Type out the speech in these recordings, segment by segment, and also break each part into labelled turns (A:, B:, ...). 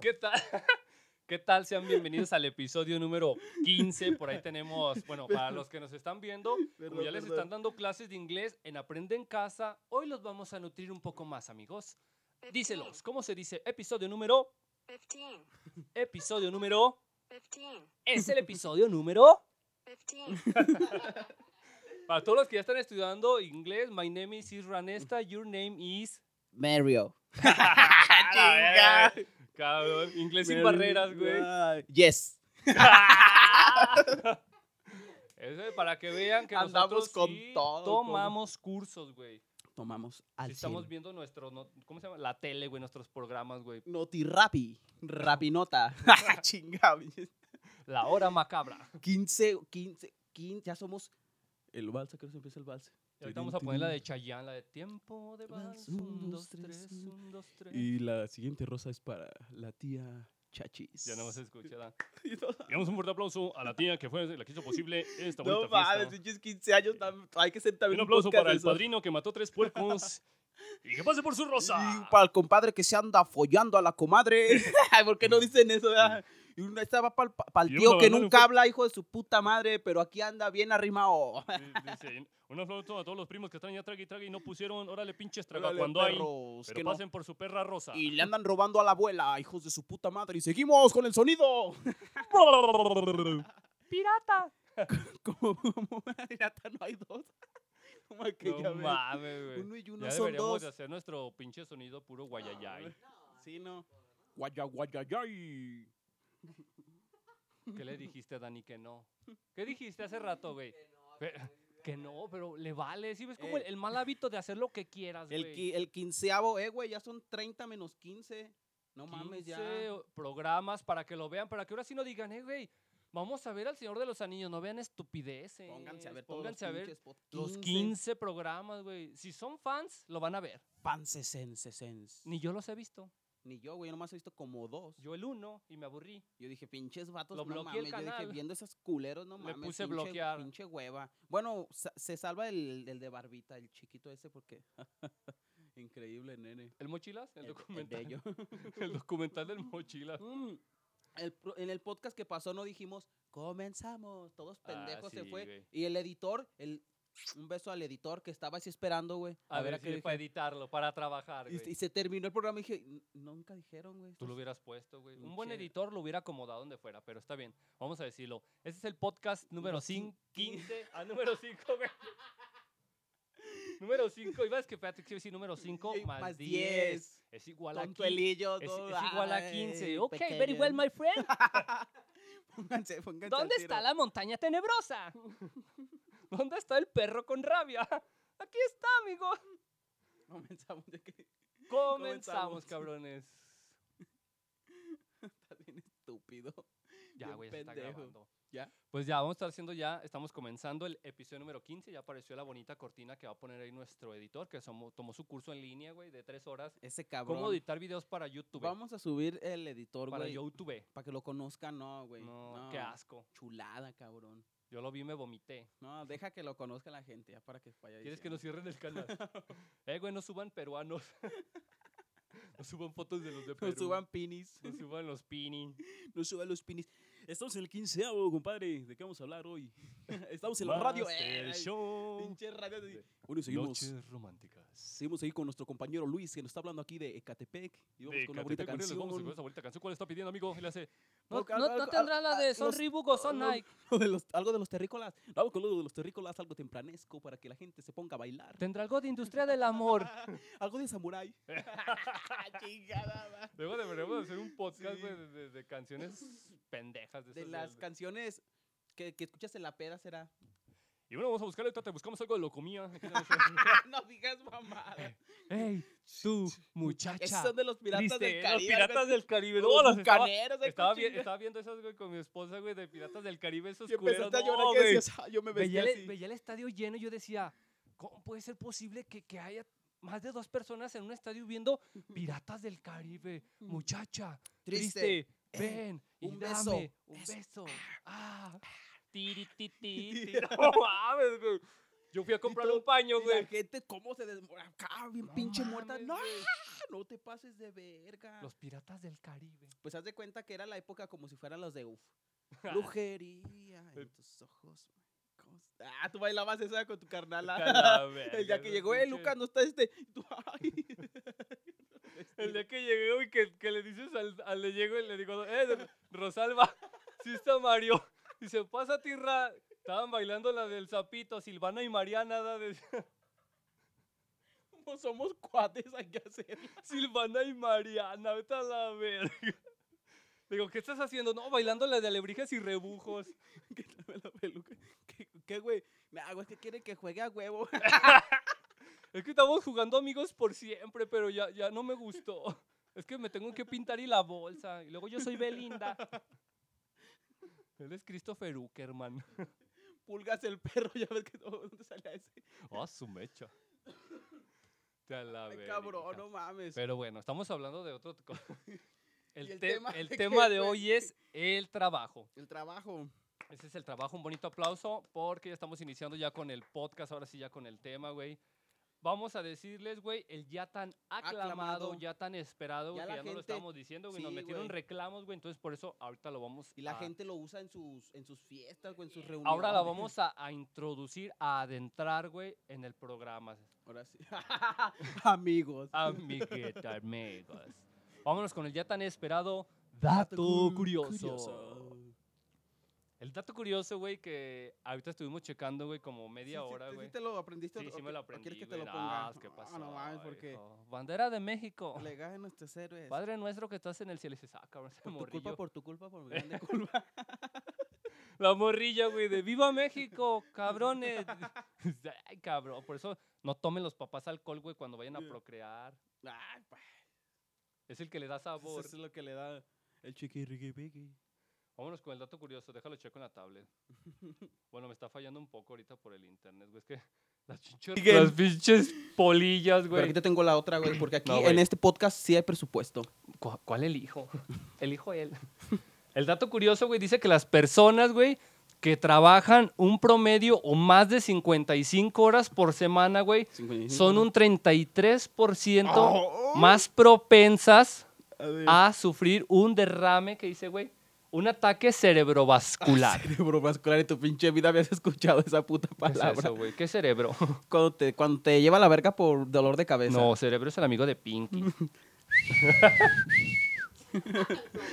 A: ¿Qué tal? ¿Qué tal? Sean bienvenidos al episodio número 15. Por ahí tenemos, bueno, para los que nos están viendo, como
B: Perdón,
A: ya les
B: perdón.
A: están dando clases de inglés en Aprende en Casa, hoy los vamos a nutrir un poco más, amigos. Díselos, ¿cómo se dice episodio número?
C: 15,
A: Episodio número.
C: 15,
A: Es el episodio número.
C: 15.
A: Para todos los que ya están estudiando inglés, my name is Isranesta, your name is.
D: Mario. ¡Ah,
A: ¡Ah, A ver, Cabrón, inglés sin barreras, güey.
B: Ay,
D: Yes.
A: Eso es para que vean que
B: Andamos
A: nosotros
B: con
A: sí
B: todo, con-
A: tomamos cursos, güey.
D: Tomamos
A: Sí
D: al
A: estamos
D: cielo.
A: viendo nuestro, no- ¿cómo se llama? La tele, güey, nuestros programas, güey.
D: Notirapi. Rapinota.
B: Chinga,
A: La hora macabra.
D: 15, 15, 15. Ya somos. El balsa, que nos empieza el balsa.
A: Y ahorita vamos a poner la de Chayanne, la de tiempo de vals. Un, dos, tres, un, dos, tres.
D: Y la siguiente rosa es para la tía Chachis.
A: Ya no se escucha, da. Damos un fuerte aplauso a la tía que fue la que hizo posible esta
B: No
A: bonita
B: mames,
A: fiesta.
B: pinches 15 años. tam- Hay que ser también
A: Un aplauso
B: podcast
A: para
B: de
A: el
B: eso.
A: padrino que mató tres puercos. y que pase por su rosa.
D: Y para el compadre que se anda follando a la comadre.
B: Ay, ¿por qué no dicen eso? verdad?
D: Y una estaba para el
A: Y
D: tío
A: una
D: que
A: banana
D: nunca
A: fue-
D: habla, hijo de su puta madre, pero aquí anda bien arrimado.
A: Di- dice, un aplauso a todos los primos que están ya trague y trague y no pusieron, órale, pinches traga
B: Órale,
A: cuando hay.
D: Perros,
A: Pero
D: que no-
A: pasen por su perra rosa.
D: Y le andan robando a la abuela, hijos de su puta madre. Y seguimos con el sonido.
A: ¡Pirata!
D: ¿Cómo? cómo? Ya está, no hay dos. Como aquella
A: No
D: vez.
A: mames, güey.
D: Uno y uno
A: Ya
D: son
A: deberíamos
D: dos. Ah,
A: de hacer nuestro pinche sonido puro guayayay.
D: Sí, no. Guaya, guayayay.
A: ¿Qué le dijiste a Dani que no? ¿Qué dijiste hace rato, güey? Pe- Que no, pero le vale. Sí, ves como el,
D: Eh.
A: el mal hábito de hacer lo que quieras, güey.
D: El, qui- el quinceavo, eh, güey, ya son 30 menos 15. No mames,
A: 15
D: ya.
A: programas para que lo vean, para que ahora sí no digan, eh, güey, vamos a ver al Señor de los Anillos, no vean estupideces.
D: Pónganse a ver todos
A: pónganse a
D: los
A: ver
D: pinches pod-
A: los 15 programas, güey. Si son fans, lo van a ver.
D: pansesensesens.
A: Ni
D: Ni,
A: yo los he visto.
D: ni yo, güey, yo nomás he visto como dos. Yo,
A: Yo el uno y me aburrí.
D: dije, pinches vatos,
A: Lo
D: no
A: bloqueé
D: mames.
A: el
D: Yo
A: canal.
D: dije, viendo esos culeros, no
A: Le
D: mames.
A: puse
D: pinche-
A: bloquear.
D: Pinche hueva. Bueno, sa- se salva el, el de barbita, el chiquito ese, porque... Increíble, nene.
A: ¿El Mochilas? El,
D: El- el
A: documental.
D: bello.
A: el documental del Mochilas.
D: Mm, el pro- en el podcast que pasó no dijimos, comenzamos, todos
A: Ah,
D: pendejos se
A: sí,
D: fue.
A: güey.
D: Y el editor, el, un beso al editor que estaba así esperando, güey.
A: A, ver,
D: qué
A: si para
D: dije.
A: editarlo, para trabajar,
D: y,
A: güey.
D: y se terminó el programa y dije, "N- nunca dijeron, güey.
A: Tú
D: estos-
A: lo hubieras puesto, güey. Un buen
D: Pinche-
A: editor lo hubiera acomodado donde fuera, pero está bien. Vamos a decirlo. Ese es el podcast número
D: Número cin-
A: 15. Ah, número 5, güey. número 5. Ibas que espérate, sí, sí, número 5
D: Ey,
A: más
D: más
A: 10.
D: 10.
A: Es igual a
D: Con tu
A: 15.
D: elillo,
A: Es,
D: todo,
A: es igual a
D: ay,
A: 15. Ok, very
D: pequeño.
A: well, my friend.
D: pónganse, pónganse. al
A: ¿Dónde está
D: tiro.
A: la montaña tenebrosa? ¿Dónde está el perro con rabia? Aquí está, amigo.
D: Comenzamos de que
A: Comenzamos,
D: Comenzamos.
A: cabrones.
D: estás bien estúpido.
A: Ya,
D: Bien
A: güey, se está
D: pendejo.
A: grabando.
D: ¿Ya?
A: Pues ya, vamos a estar haciendo ya, estamos comenzando el episodio número 15, ya apareció la bonita cortina que va a poner ahí nuestro editor, que somo- tomó su curso en línea, güey, de tres horas.
D: Ese cabrón.
A: ¿Cómo editar videos para YouTube?
D: Vamos a subir el editor,
A: para
D: güey.
A: YouTube.
D: Para que lo conozcan, no, güey.
A: No, qué asco.
D: Chulada, cabrón.
A: Yo lo vi y me vomité.
D: No, deja que lo conozca la gente, ya para que vaya
A: ¿Quieres que
D: diciendo.
A: nos cierren el canal? eh, güey, no suban peruanos. no suban fotos de los de Perú.
D: No suban pinis.
A: No suban los pini.
D: No suban los pinis. Estamos en el quinceavo, compadre. ¿De qué vamos a hablar hoy? Estamos en la radio.
A: Master
D: eh,
A: Show.
D: pinche radio. de- Bueno, seguimos.
A: Noches románticas.
D: Seguimos ahí con nuestro compañero Luis, que nos está hablando aquí de Ecatepec. Y vamos
A: De
D: con una bonita
A: Catepec,
D: canción.
A: Morelos, Vamos a esa bonita canción. ¿Cuál está pidiendo, amigo? Y le hace,
D: No,
A: No,
D: cal-
A: no-
D: algo-
A: no
D: al-
A: tendrá la de
D: ah,
A: son
D: los-
A: Reebok o son
D: no,
A: Nike.
D: Lo de los- algo de los terrícolas. Vamos con lo de los terrícolas, algo tempranesco, para que la gente se ponga a bailar.
A: Tendrá algo de industria del amor.
D: Algo de samurái.
A: Luego deberíamos hacer un podcast
D: Sí.
A: güey, de, de- de canciones pendejas. De,
D: De
A: esas
D: las canciones que, que escuchas en la peda será.
A: Y bueno, vamos a buscar ahorita, te buscamos algo de locomía. Aquí tenemos-
D: no digas mamada.
A: ¡Ey, tú,
D: Esos
A: muchacha!
D: son de los piratas
A: triste,
D: del
A: los
D: Caribe.
A: piratas del Caribe.
D: Los
A: No, las estaba,
D: bucaneros, ay,
A: estaba,
D: qué
A: vi-
D: chinga-
A: estaba viendo esas, güey, con mi esposa, güey, de Piratas del Caribe. Esos
D: Y empezaste
A: culeros,
D: a llorar
A: no,
D: que
A: güey.
D: decías, "Ah, yo me vestí
A: veía, el,
D: así.
A: veía el estadio lleno y yo decía, ¿cómo puede ser posible que, que haya más de dos personas en un estadio viendo Piratas del Caribe? Muchacha, Mm. triste,
D: Triste, eh,
A: ven y
D: un
A: dame
D: beso,
A: un
D: eso,
A: beso. Ah, tiri, ti, ti, ti. No mames, güey. Yo fui a comprar
D: todo-
A: un paño,
D: Y la
A: güey.
D: gente, ¿cómo se desmorona? Acá, bien
A: No
D: pinche muerta.
A: mames,
D: No,
A: güey.
D: no te pases de verga.
A: Los piratas del Caribe.
D: Pues haz de cuenta que era la época como si fueran los de UF. Brujería
A: Eh.
D: en tus ojos, güey. ¿Cómo se- Ah, tú bailabas esa con tu carnala. El
A: El
D: día que llegó, eh, Lucas, no está este. Y tú, ay.
A: El día que llegué, güey, que, que le dices al, al le llego y le digo, eh, Rosalba, sí está Mario. Dice, pasa tierra. Estaban bailando la del sapito, Silvana y Mariana. da de-
D: Como somos cuates, hay que hacer.
A: Silvana y Mariana, vete a la verga. Digo, ¿qué estás haciendo? No, bailando la de alebrijes y rebujos.
D: Que dame la peluca. ¿Qué, qué, güey? Me hago, es que quiere que juegue a huevo.
A: Es que estamos jugando amigos por siempre, pero ya, ya no me gustó. Es que me tengo que pintar y la bolsa. Y luego yo soy Belinda. Él es Christopher Uckerman.
D: Pulgas el perro, ya ves que no, ¿dónde salía ese?
A: Ah, su mecha. Te la
D: Ay,
A: verga.
D: cabrón, no mames.
A: Pero bueno, estamos hablando de otro. co- El,
D: ¿Y el
A: tema,
D: tema
A: el
D: de
A: tema
D: qué,
A: de
D: güey?
A: hoy es el trabajo.
D: El trabajo.
A: Ese es el trabajo. Un bonito aplauso porque ya estamos iniciando ya con el podcast. Ahora sí, ya con el tema, güey. Vamos a decirles, güey, el ya tan aclamado,
D: Aclamado.
A: ya tan esperado, güey,
D: Ya
A: que ya
D: la
A: no lo
D: gente-
A: estamos diciendo, güey. Nos
D: Sí,
A: metieron
D: güey.
A: reclamos, güey. Entonces, por eso ahorita lo vamos
D: Y la
A: a-
D: gente lo usa en sus, en sus fiestas, güey, en sus reuniones.
A: Ah. Ahora la vamos a, a introducir, a adentrar, güey, en el programa.
D: Ahora sí. Amigos.
A: Amiguita, amigos. Vámonos con el ya tan esperado dato
D: cu-
A: Ah, curioso. El dato curioso, güey, que ahorita estuvimos checando, güey, como media
D: Sí, sí,
A: hora,
D: sí,
A: güey.
D: Sí, te lo aprendiste.
A: Sí,
D: o-
A: sí
D: o
A: me
D: qui-
A: lo
D: o
A: aprendí.
D: ¿Quieres que te lo
A: güey.
D: ponga?
A: Ah, ¿qué
D: Ah,
A: pasó,
D: no mames, porque
A: hijo? Bandera de México.
D: alegajes nuestros héroes.
A: Padre nuestro que estás en el cielo. Y dices, ah, cabrón, ese
D: por tu
A: morrillo.
D: culpa, por tu culpa, por mi grande culpa.
A: La morrilla, güey, de viva México, cabrones. Ay, cabrón. Por eso no tomen los papás alcohol, güey, cuando vayan a
D: Yeah.
A: procrear.
D: Ay, pa, eso
A: Es el que le da sabor.
D: es lo que le da el chiqui riqui piqui.
A: Vámonos con el dato curioso, déjalo checo en la tablet. Bueno, me está fallando un poco ahorita por el internet, güey. Es que las chinches-
B: Miguel.
A: las pinches polillas,
D: Pero
A: güey.
D: aquí te tengo la otra, güey, porque aquí
A: No,
D: en
A: güey.
D: este podcast sí hay presupuesto.
A: ¿Cu- ¿Cuál elijo? Elijo él. El dato curioso, güey, dice que las personas, güey, que trabajan un promedio o más de 55 horas por semana, güey, son un 33% más propensas
B: A ver.
D: Ah,
A: a sufrir un derrame, que dice, güey, un ataque cerebrovascular.
D: Cerebrovascular en tu pinche vida habías escuchado esa puta
A: ¿Qué es
D: palabra.
A: eso, güey? ¿Qué cerebro?
D: cuando, te, cuando te lleva la verga por dolor de cabeza.
A: No, cerebro es el amigo de Pinky.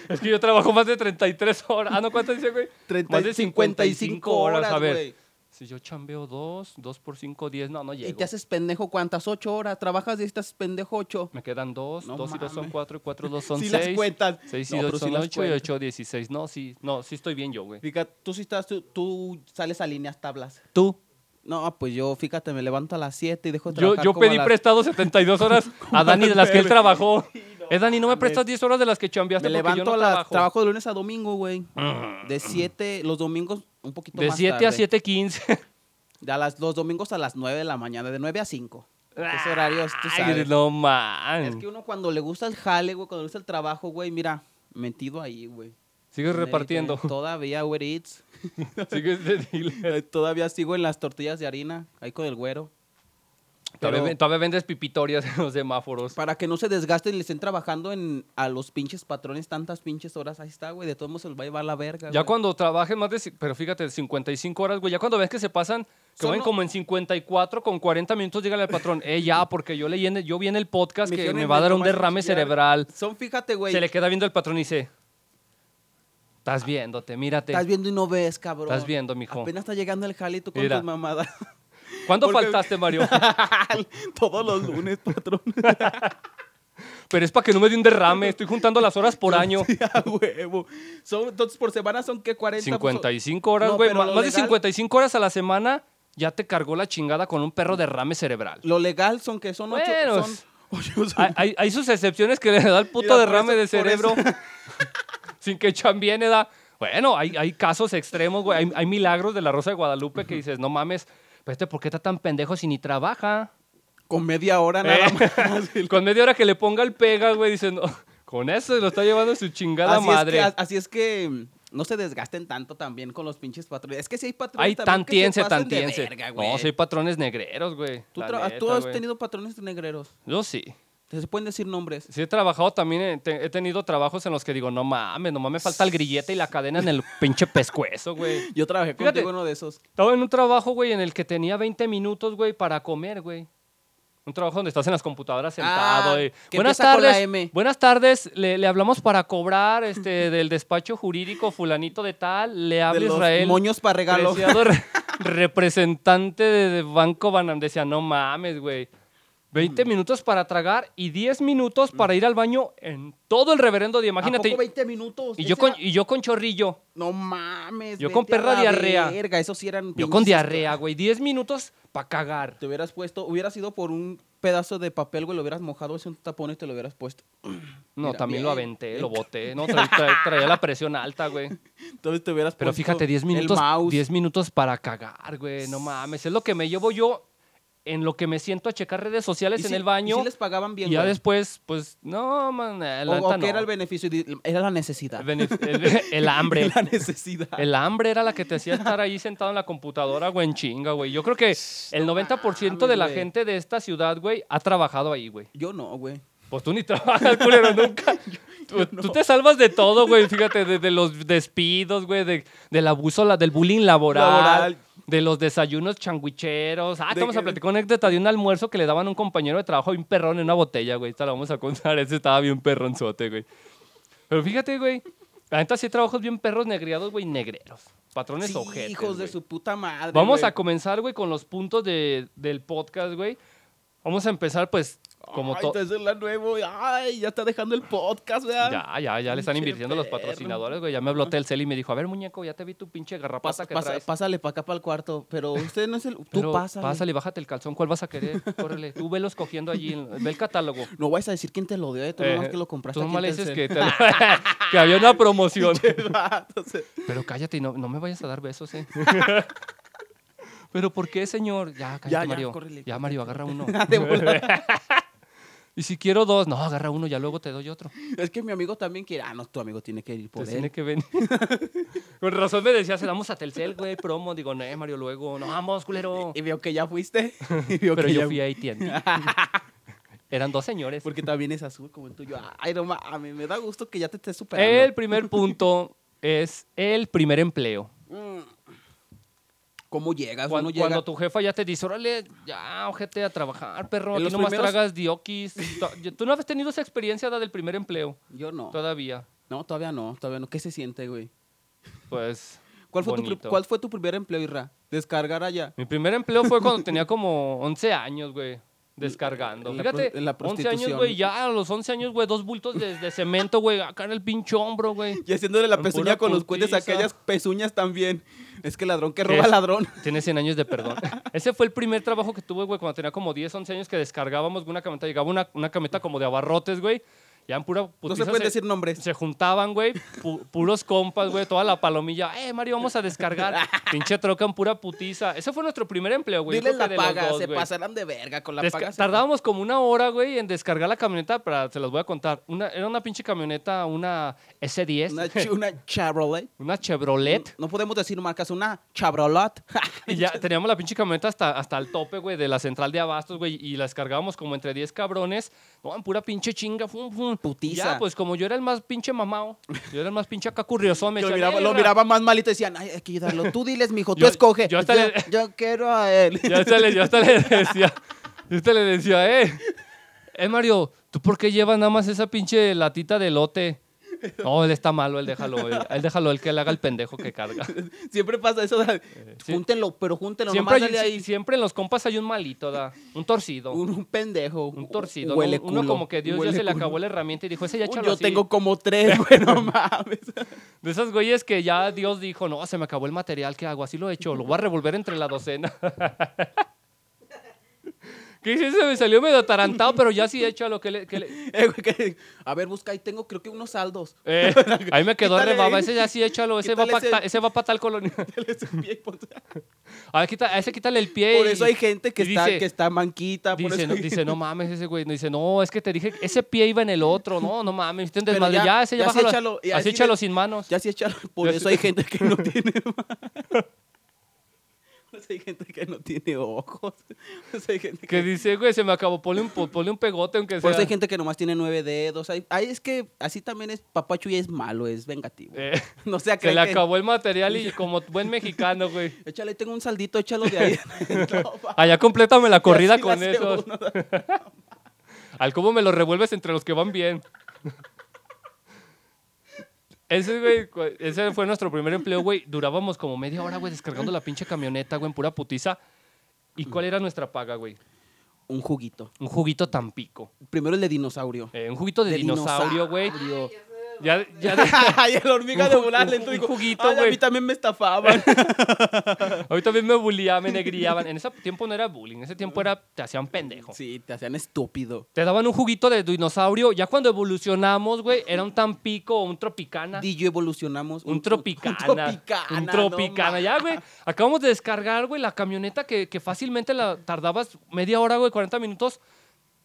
A: es que yo trabajo más de 33 horas. Ah, no, ¿cuánto dice, güey?
D: Treinta
A: Más
D: y-
A: de 55 horas, a ver.
D: güey.
A: Si yo chambeo 2, 2 por 5, 10, no, no llego.
D: Y te haces pendejo cuántas ocho horas. Trabajas y estás pendejo ocho.
A: Me quedan 2,
D: No
A: 2 y 2 son
D: mames.
A: 4, 4 y 2 son
D: Si
A: 6.
D: las cuentas.
A: 6 y
D: No,
A: 2
D: pero si
A: son
D: las
A: 8 y
D: cuentas.
A: 8, 16. No, sí, no, sí estoy bien yo, güey.
D: Fíjate, tú sí estás, tú, tú sales a líneas tablas.
A: ¿Tú?
D: No, pues yo, fíjate, me levanto a las 7 y dejo de
A: Yo,
D: trabajar
A: yo
D: como a
A: pedí
D: las-
A: prestado 72 horas a Dani de las que él trabajó. Eh, Dani, no me
D: mames.
A: prestas 10 horas de las que chambeaste
D: Me
A: porque
D: levanto
A: yo no
D: a las...
A: trabajo. Mm.
D: Trabajo de lunes a domingo, güey. De 7, los domingos un poquito
A: De
D: más
A: 7 a
D: tarde.
A: 7.15.
D: De a las, los domingos a las 9 de la mañana, de 9 a 5. Esos horarios, tú
A: Ah, Ay,
D: sabes.
A: no man.
D: Es que uno cuando le gusta el jale, güey, cuando le gusta el trabajo, güey, mira, metido ahí, güey.
A: Sigues
D: Mira, ahí
A: repartiendo.
D: tengo Todavía Uber Eats.
A: Sigues de dealer.
D: Eh, Todavía sigo en las tortillas de harina, ahí con el güero.
A: Todavía,
D: Pero-
A: ven- todavía vendes pipitorias en los semáforos.
D: Para que no se desgasten y le estén trabajando en, a los pinches patrones tantas pinches horas. Ahí está, güey. De todos modos se los va a llevar la verga.
A: Ya
D: güey.
A: cuando trabajes más de. ci- Pero fíjate, 55 horas, güey. Ya cuando ves que se pasan. Que
D: Son
A: van
D: o-
A: como en 54 con 40 minutos, llega al patrón. Eh, ya, porque yo leí en el- yo vi en el podcast
D: Me
A: que
D: dijeron
A: me
D: en
A: va a
D: el
A: dar un
D: Tomás
A: derrame
D: Cuchillar,
A: cerebral.
D: Son, fíjate, güey.
A: Se le queda viendo el patrón y dice: Estás viéndote, mírate.
D: Estás viendo y no ves, cabrón.
A: Estás viendo, mijo.
D: Apenas está llegando el jale y tú con
A: Mira.
D: tus mamadas.
A: ¿Cuándo
D: Porque-
A: faltaste, Mario?
D: Todos los lunes, patrón.
A: Pero es para que no me dé un derrame. Estoy juntando las horas por año.
D: Sí, a huevo. Son, entonces, por semana son, ¿qué? 40. pues, son-
A: 55 horas,
D: No,
A: güey.
D: pero
A: ma-
D: lo
A: más de
D: legal-
A: 55 horas a la semana ya te cargó la chingada con un perro derrame cerebral.
D: Lo legal son que son ocho.
A: Bueno, Ah.
D: son ocho- son-
A: Hay, hay- hay sus excepciones que le da el puto
D: Mira, por
A: derrame
D: eso-
A: de
D: por eso-
A: cerebro sin que chambien, da. Bueno, hay, hay casos extremos, güey. Hay, hay milagros de la Rosa de Guadalupe que dices, no mames, pero este, ¿por qué está tan pendejo si ni trabaja?
D: Con media hora
A: Eh,
D: nada más.
A: Con media hora que le ponga el pega, güey, dices, no, con eso lo está llevando su chingada
D: así,
A: madre.
D: Es que, así es que no se desgasten tanto también con los pinches patrones. Es que si hay patrones
A: Ay,
D: también que
A: tantiense,
D: se pasan de
A: tantiense.
D: verga, güey.
A: No, soy patrones negreros, güey.
D: ¿Tú,
A: la
D: tra-
A: neta,
D: tú has
A: güey.
D: tenido patrones negreros.
A: Yo sí.
D: Se pueden decir nombres.
A: Sí he trabajado también, he, te- he tenido trabajos en los que digo, no mames, nomás me falta el grillete y la cadena en el pinche pescuezo, güey.
D: Yo trabajé
A: Fíjate.
D: contigo en uno de esos.
A: Estaba en un trabajo, güey, en el que tenía 20 minutos, güey, para comer, güey. Un trabajo donde estás en las computadoras sentado.
D: Ah,
A: güey.
D: que
A: Buenas
D: empieza con la
A: tardes.
D: M.
A: Buenas tardes. Le, le hablamos para cobrar este, del despacho jurídico fulanito de tal. Le
D: De
A: habla
D: los
A: Israel.
D: moños para regalo.
A: preciado re- representante de, de Banco Banam. Decía, no mames, güey.
D: Mm.
A: 20 minutos para tragar y 10 minutos para ir al baño en todo el reverendo día.
D: Imagínate.
A: Imagínate.
D: 20 minutos.
A: Y
D: Ese
A: yo, con,
D: era-
A: y yo con chorrillo.
D: No mames.
A: Yo con
D: vete a
A: perra
D: la
A: diarrea.
D: Verga, esos sí eran.
A: Yo con
D: pinches-
A: diarrea, güey. 10 minutos para cagar.
D: Te hubieras puesto, hubieras ido por un pedazo de papel, güey, lo hubieras mojado, es un tapón y te lo hubieras puesto.
A: No,
D: Mira,
A: también lo
D: bien,
A: aventé,
D: bien.
A: lo boté. No, tra- tra- traía la presión alta, güey.
D: Entonces te hubieras
A: Pero
D: puesto
A: fíjate, 10 minutos,
D: El mouse.
A: 10 minutos para cagar, güey. No mames. Es lo que me llevo yo en lo que me siento a checar redes
D: Y
A: sociales en
D: sí-
A: el baño.
D: Y
A: Y,
D: sí les pagaban bien,
A: ya
D: güey.
A: después, pues, no, man. eh, la
D: o, o
A: neta,
D: que era el
A: no.
D: beneficio, di- era la necesidad.
A: El benef- el- el hambre.
D: la necesidad.
A: El hambre era la que te hacía estar ahí sentado en la computadora, güey, en chinga, güey. Yo creo que el 90% de la
D: mames, güey.
A: gente de esta ciudad, güey, ha trabajado ahí, güey.
D: Yo no, güey.
A: Pues tú ni trabajas, culero, nunca. Tú, tú te salvas de todo, güey. Fíjate, de, de los despidos, güey, de- del abuso, la- del bullying laboral,
D: Laboral.
A: de los desayunos changuicheros. Ah,
D: De
A: estamos a
D: que-
A: platicar una anécdota de un almuerzo que le daban a un compañero de trabajo y un perrón en una botella, güey. Esta la vamos a contar. Ese estaba bien perronzote, güey. Pero fíjate, güey. La neta sí hay trabajos bien perros negriados, güey, negreros. Patrones
D: Sí,
A: ojetes,
D: hijos de
A: güey.
D: su puta madre.
A: Vamos
D: güey.
A: a comenzar, güey, con los puntos de- del podcast, güey. Vamos a empezar, pues, como
B: Ay,
A: todo.
B: entonces la nuevo. Ay, ya está dejando el podcast, ¿verdad?
A: Ya, ya, ya le están
B: Pinche
A: invirtiendo los
B: perro.
A: patrocinadores, güey. Ya me habló Telcel y me dijo, a ver, muñeco, ya te vi tu pinche garrapata
D: Pasa-
A: que
D: pasa-
A: traes.
D: Pásale para acá para el cuarto, pero usted no es el.
A: Pero
D: tú pásale.
A: Pásale, bájate el calzón. ¿Cuál vas a querer? Córrele. Tú velos cogiendo allí. en- Ve el catálogo.
D: No vayas a decir quién te lo dio, eh, tú
A: Eh,
D: nomás que lo compraste.
A: Tú
D: aquí
A: nomás
D: en
A: le dices
D: Telcel.
A: que, te- que había una promoción.
B: Entonces,
A: Pero cállate y no, no me vayas a dar besos, ¿eh? ¿Pero por qué, señor? Ya, cállate,
D: ya,
A: Mario.
D: córrele,
A: ya, Mario, agarra uno.
D: Ah, De volada.
A: y si quiero dos, no, agarra uno, ya luego te doy otro.
D: Es que mi amigo también quiere. Ah, no, tu amigo tiene que ir por
A: Entonces
D: él.
A: Pues tiene que venir. Con razón me decías, vamos a Telcel, güey, promo. Digo, no, eh, Mario, luego. No, vamos, culero.
D: Y veo que ya fuiste. y veo
A: Pero
D: que
A: yo
D: ya-
A: fui a AT&T. Eran dos señores.
D: Porque también es azul como el tuyo. Ay, no a mí me da gusto que ya te estés superando.
A: El primer punto es el primer empleo.
D: Mm. ¿Cómo llegas?
A: Cuando,
D: Uno llega.
A: cuando tu jefa ya te dice, órale, ya, ojete a trabajar, perro.
D: En
A: Aquí
D: los
A: nomás
D: primeros-
A: tragas diokis. Tú- ¿Tú no has tenido esa experiencia la del primer empleo?
D: Yo no.
A: Todavía.
D: No, todavía no, todavía no. ¿Qué se siente, güey?
A: Pues,
D: ¿Cuál fue, tu, pri-
A: Bonito.
D: ¿Cuál fue tu primer empleo, Irra? Descargar allá.
A: mi primer empleo fue cuando tenía como 11 años, güey. Descargando.
D: en la
A: Fíjate,
D: pro- en la
A: 11 años,
D: prostitución.
A: güey, ya a los 11 años, güey, dos bultos de, de cemento, güey, acá en el pinche hombro, güey.
D: Y haciéndole la
A: Con
D: pezuña
A: pura
D: con los cohetes,
A: putiza.
D: aquellas pezuñas también. Es que ladrón que
A: ¿Qué
D: roba
A: es?
D: ladrón.
A: Tiene 100 años de perdón. Ese fue el primer trabajo que tuve, güey, cuando tenía como 10, 11 años que descargábamos una camioneta. Llegaba una, una camioneta como de abarrotes, güey. Ya en pura
D: No se
A: putiza
D: pueden decir nombres.
A: se juntaban, güey, pu- puros compas, güey, toda la palomilla. Eh, Mario, vamos a descargar. Pinche troca en pura putiza. Ese fue nuestro primer empleo, güey. Yo
D: Diles
A: creo
D: la
A: que de los
D: paga,
A: dos,
D: se
A: güey.
D: pasarán de verga con la
A: Desca-
D: paga. se-
A: Tardábamos como una hora, güey, en descargar la camioneta, pero se las voy a contar. Una, era una pinche camioneta, una S10,
D: Una,
A: una,
D: ch- una Chevrolet.
A: Chevrolet.
D: No podemos decir marcas, una Chevrolet.
A: Y ya teníamos la pinche camioneta hasta, hasta el tope, güey, de la central de abastos, güey, y la descargábamos como entre 10 cabrones. No, en pura pinche chinga, fum, fum.
D: Putiza.
A: Ya, pues como yo era el más pinche mamao, yo era el más pinche acá curioso, me
D: Que lo,
A: decían,
D: miraba,
A: "Eh,
D: lo
A: ra-".
D: miraba más malito y decían, ay, hay que ayudarlo. Tú diles, mijo, tú
A: Yo-
D: escoge.
A: yo
D: Yo,
A: hasta le-
D: yo quiero a él.
A: Yo hasta le, yo hasta le decía, yo hasta le decía, eh, eh, Mario, ¿tú por qué llevas nada más esa pinche latita de lote? No, él está malo, él déjalo, él, él déjalo, él que le haga el pendejo que carga.
D: Siempre pasa eso. de-
A: sí.
D: Júntenlo, pero júntenlo.
A: Siempre,
D: nomás
A: hay-
D: dale ahí
A: siempre en los compas hay un malito, da, un torcido.
D: un, un pendejo.
A: Un torcido. ¿no?
D: Huele
A: Uno
D: culo,
A: como que Dios ya
D: huele
A: se le
D: culo.
A: acabó la herramienta y dijo, ese ya
D: Uy,
A: échalo
D: Yo
A: así".
D: tengo como tres, güey, no mames.
A: De esos güeyes que ya Dios dijo, no, se me acabó el material, ¿qué hago? Así lo he hecho, lo voy a revolver entre la docena. ¿Qué hice? Se me salió medio atarantado, pero ya sí he hecho a lo que le. que le-
D: Eh, güey, que- a ver, busca, ahí tengo creo que unos saldos.
A: Eh, ahí me quedó
D: Quítale
A: rebaba.
D: ahí.
A: Ese ya sí he hecho a lo. Ese va
D: Quítale ese-
A: para ese... va pa tal colonia.
D: Dale ese pie y ponte-
A: A, ver, quita- a ese quítale el pie.
D: Por
A: y-
D: eso hay gente que
A: y
D: está,
A: dice-
D: que está manquita. por
A: Dice,
D: eso
A: no,
D: hay-
A: dice, no mames ese güey. No, Dice, no, es que te dije, ese pie iba en el otro. No, no mames, hiciste un
D: Pero
A: desmadre. Ya,
D: ya-
A: ese ya,
D: ya sí
A: bájalo.
D: échalo, y
A: así
D: así
A: échalo
D: le-
A: sin manos.
D: Ya sí echaron. Por
A: Ya
D: eso
A: sí.
D: hay gente que no tiene manos. Por eso hay gente que no tiene ojos. Por eso hay gente
A: Que
D: que...
A: dice, güey, se me acabó. Ponle un, po- ponle un pegote, aunque sea.
D: Por eso hay gente que nomás tiene nueve dedos. Hay, hay- es que así también es... Papacho ya es malo, es vengativo.
A: Eh,
D: No sea
A: se
D: cree
A: le
D: que...
A: acabó el material y como buen mexicano, güey.
D: Échale, tengo un saldito, échalo de ahí. No, va.
A: Allá complétame la
D: Y
A: corrida
D: así la
A: con
D: hace
A: esos.
D: uno.
A: Al cómo me los revuelves entre los que van bien. Ese, güey, cu- ese fue nuestro primer empleo, güey. Durábamos como media hora, güey, descargando la pinche camioneta, güey, en pura putiza. ¿Y cuál era nuestra paga, güey?
D: Un juguito.
A: Un juguito tampico.
D: Primero el de dinosaurio.
A: Eh, un juguito de,
D: De
A: dinosaurio, güey.
D: dinosaurio.
A: Ya, ya-
D: Ay, la hormiga de
A: Un ju-
D: volar
A: un
D: le
A: ju-
D: entró
A: un
D: y dijo,
A: juguito,
D: "Ay, a
A: güey".
D: mí también me estafaban.
A: hoy también me bulliaban, me negriaban. En ese tiempo no era bullying, en ese tiempo era te hacían pendejo.
D: Sí, te hacían estúpido.
A: Te daban un juguito de dinosaurio. Ya cuando evolucionamos, güey, era un tampico o un tropicana.
D: Dillo evolucionamos.
A: Un
D: tropical
A: tropicana.
D: Un tropicana.
A: Un
D: no
A: tropicana.
D: mames.
A: ya, güey. Acabamos de descargar, güey, la camioneta que, que fácilmente la tardabas media hora, güey, 40 minutos.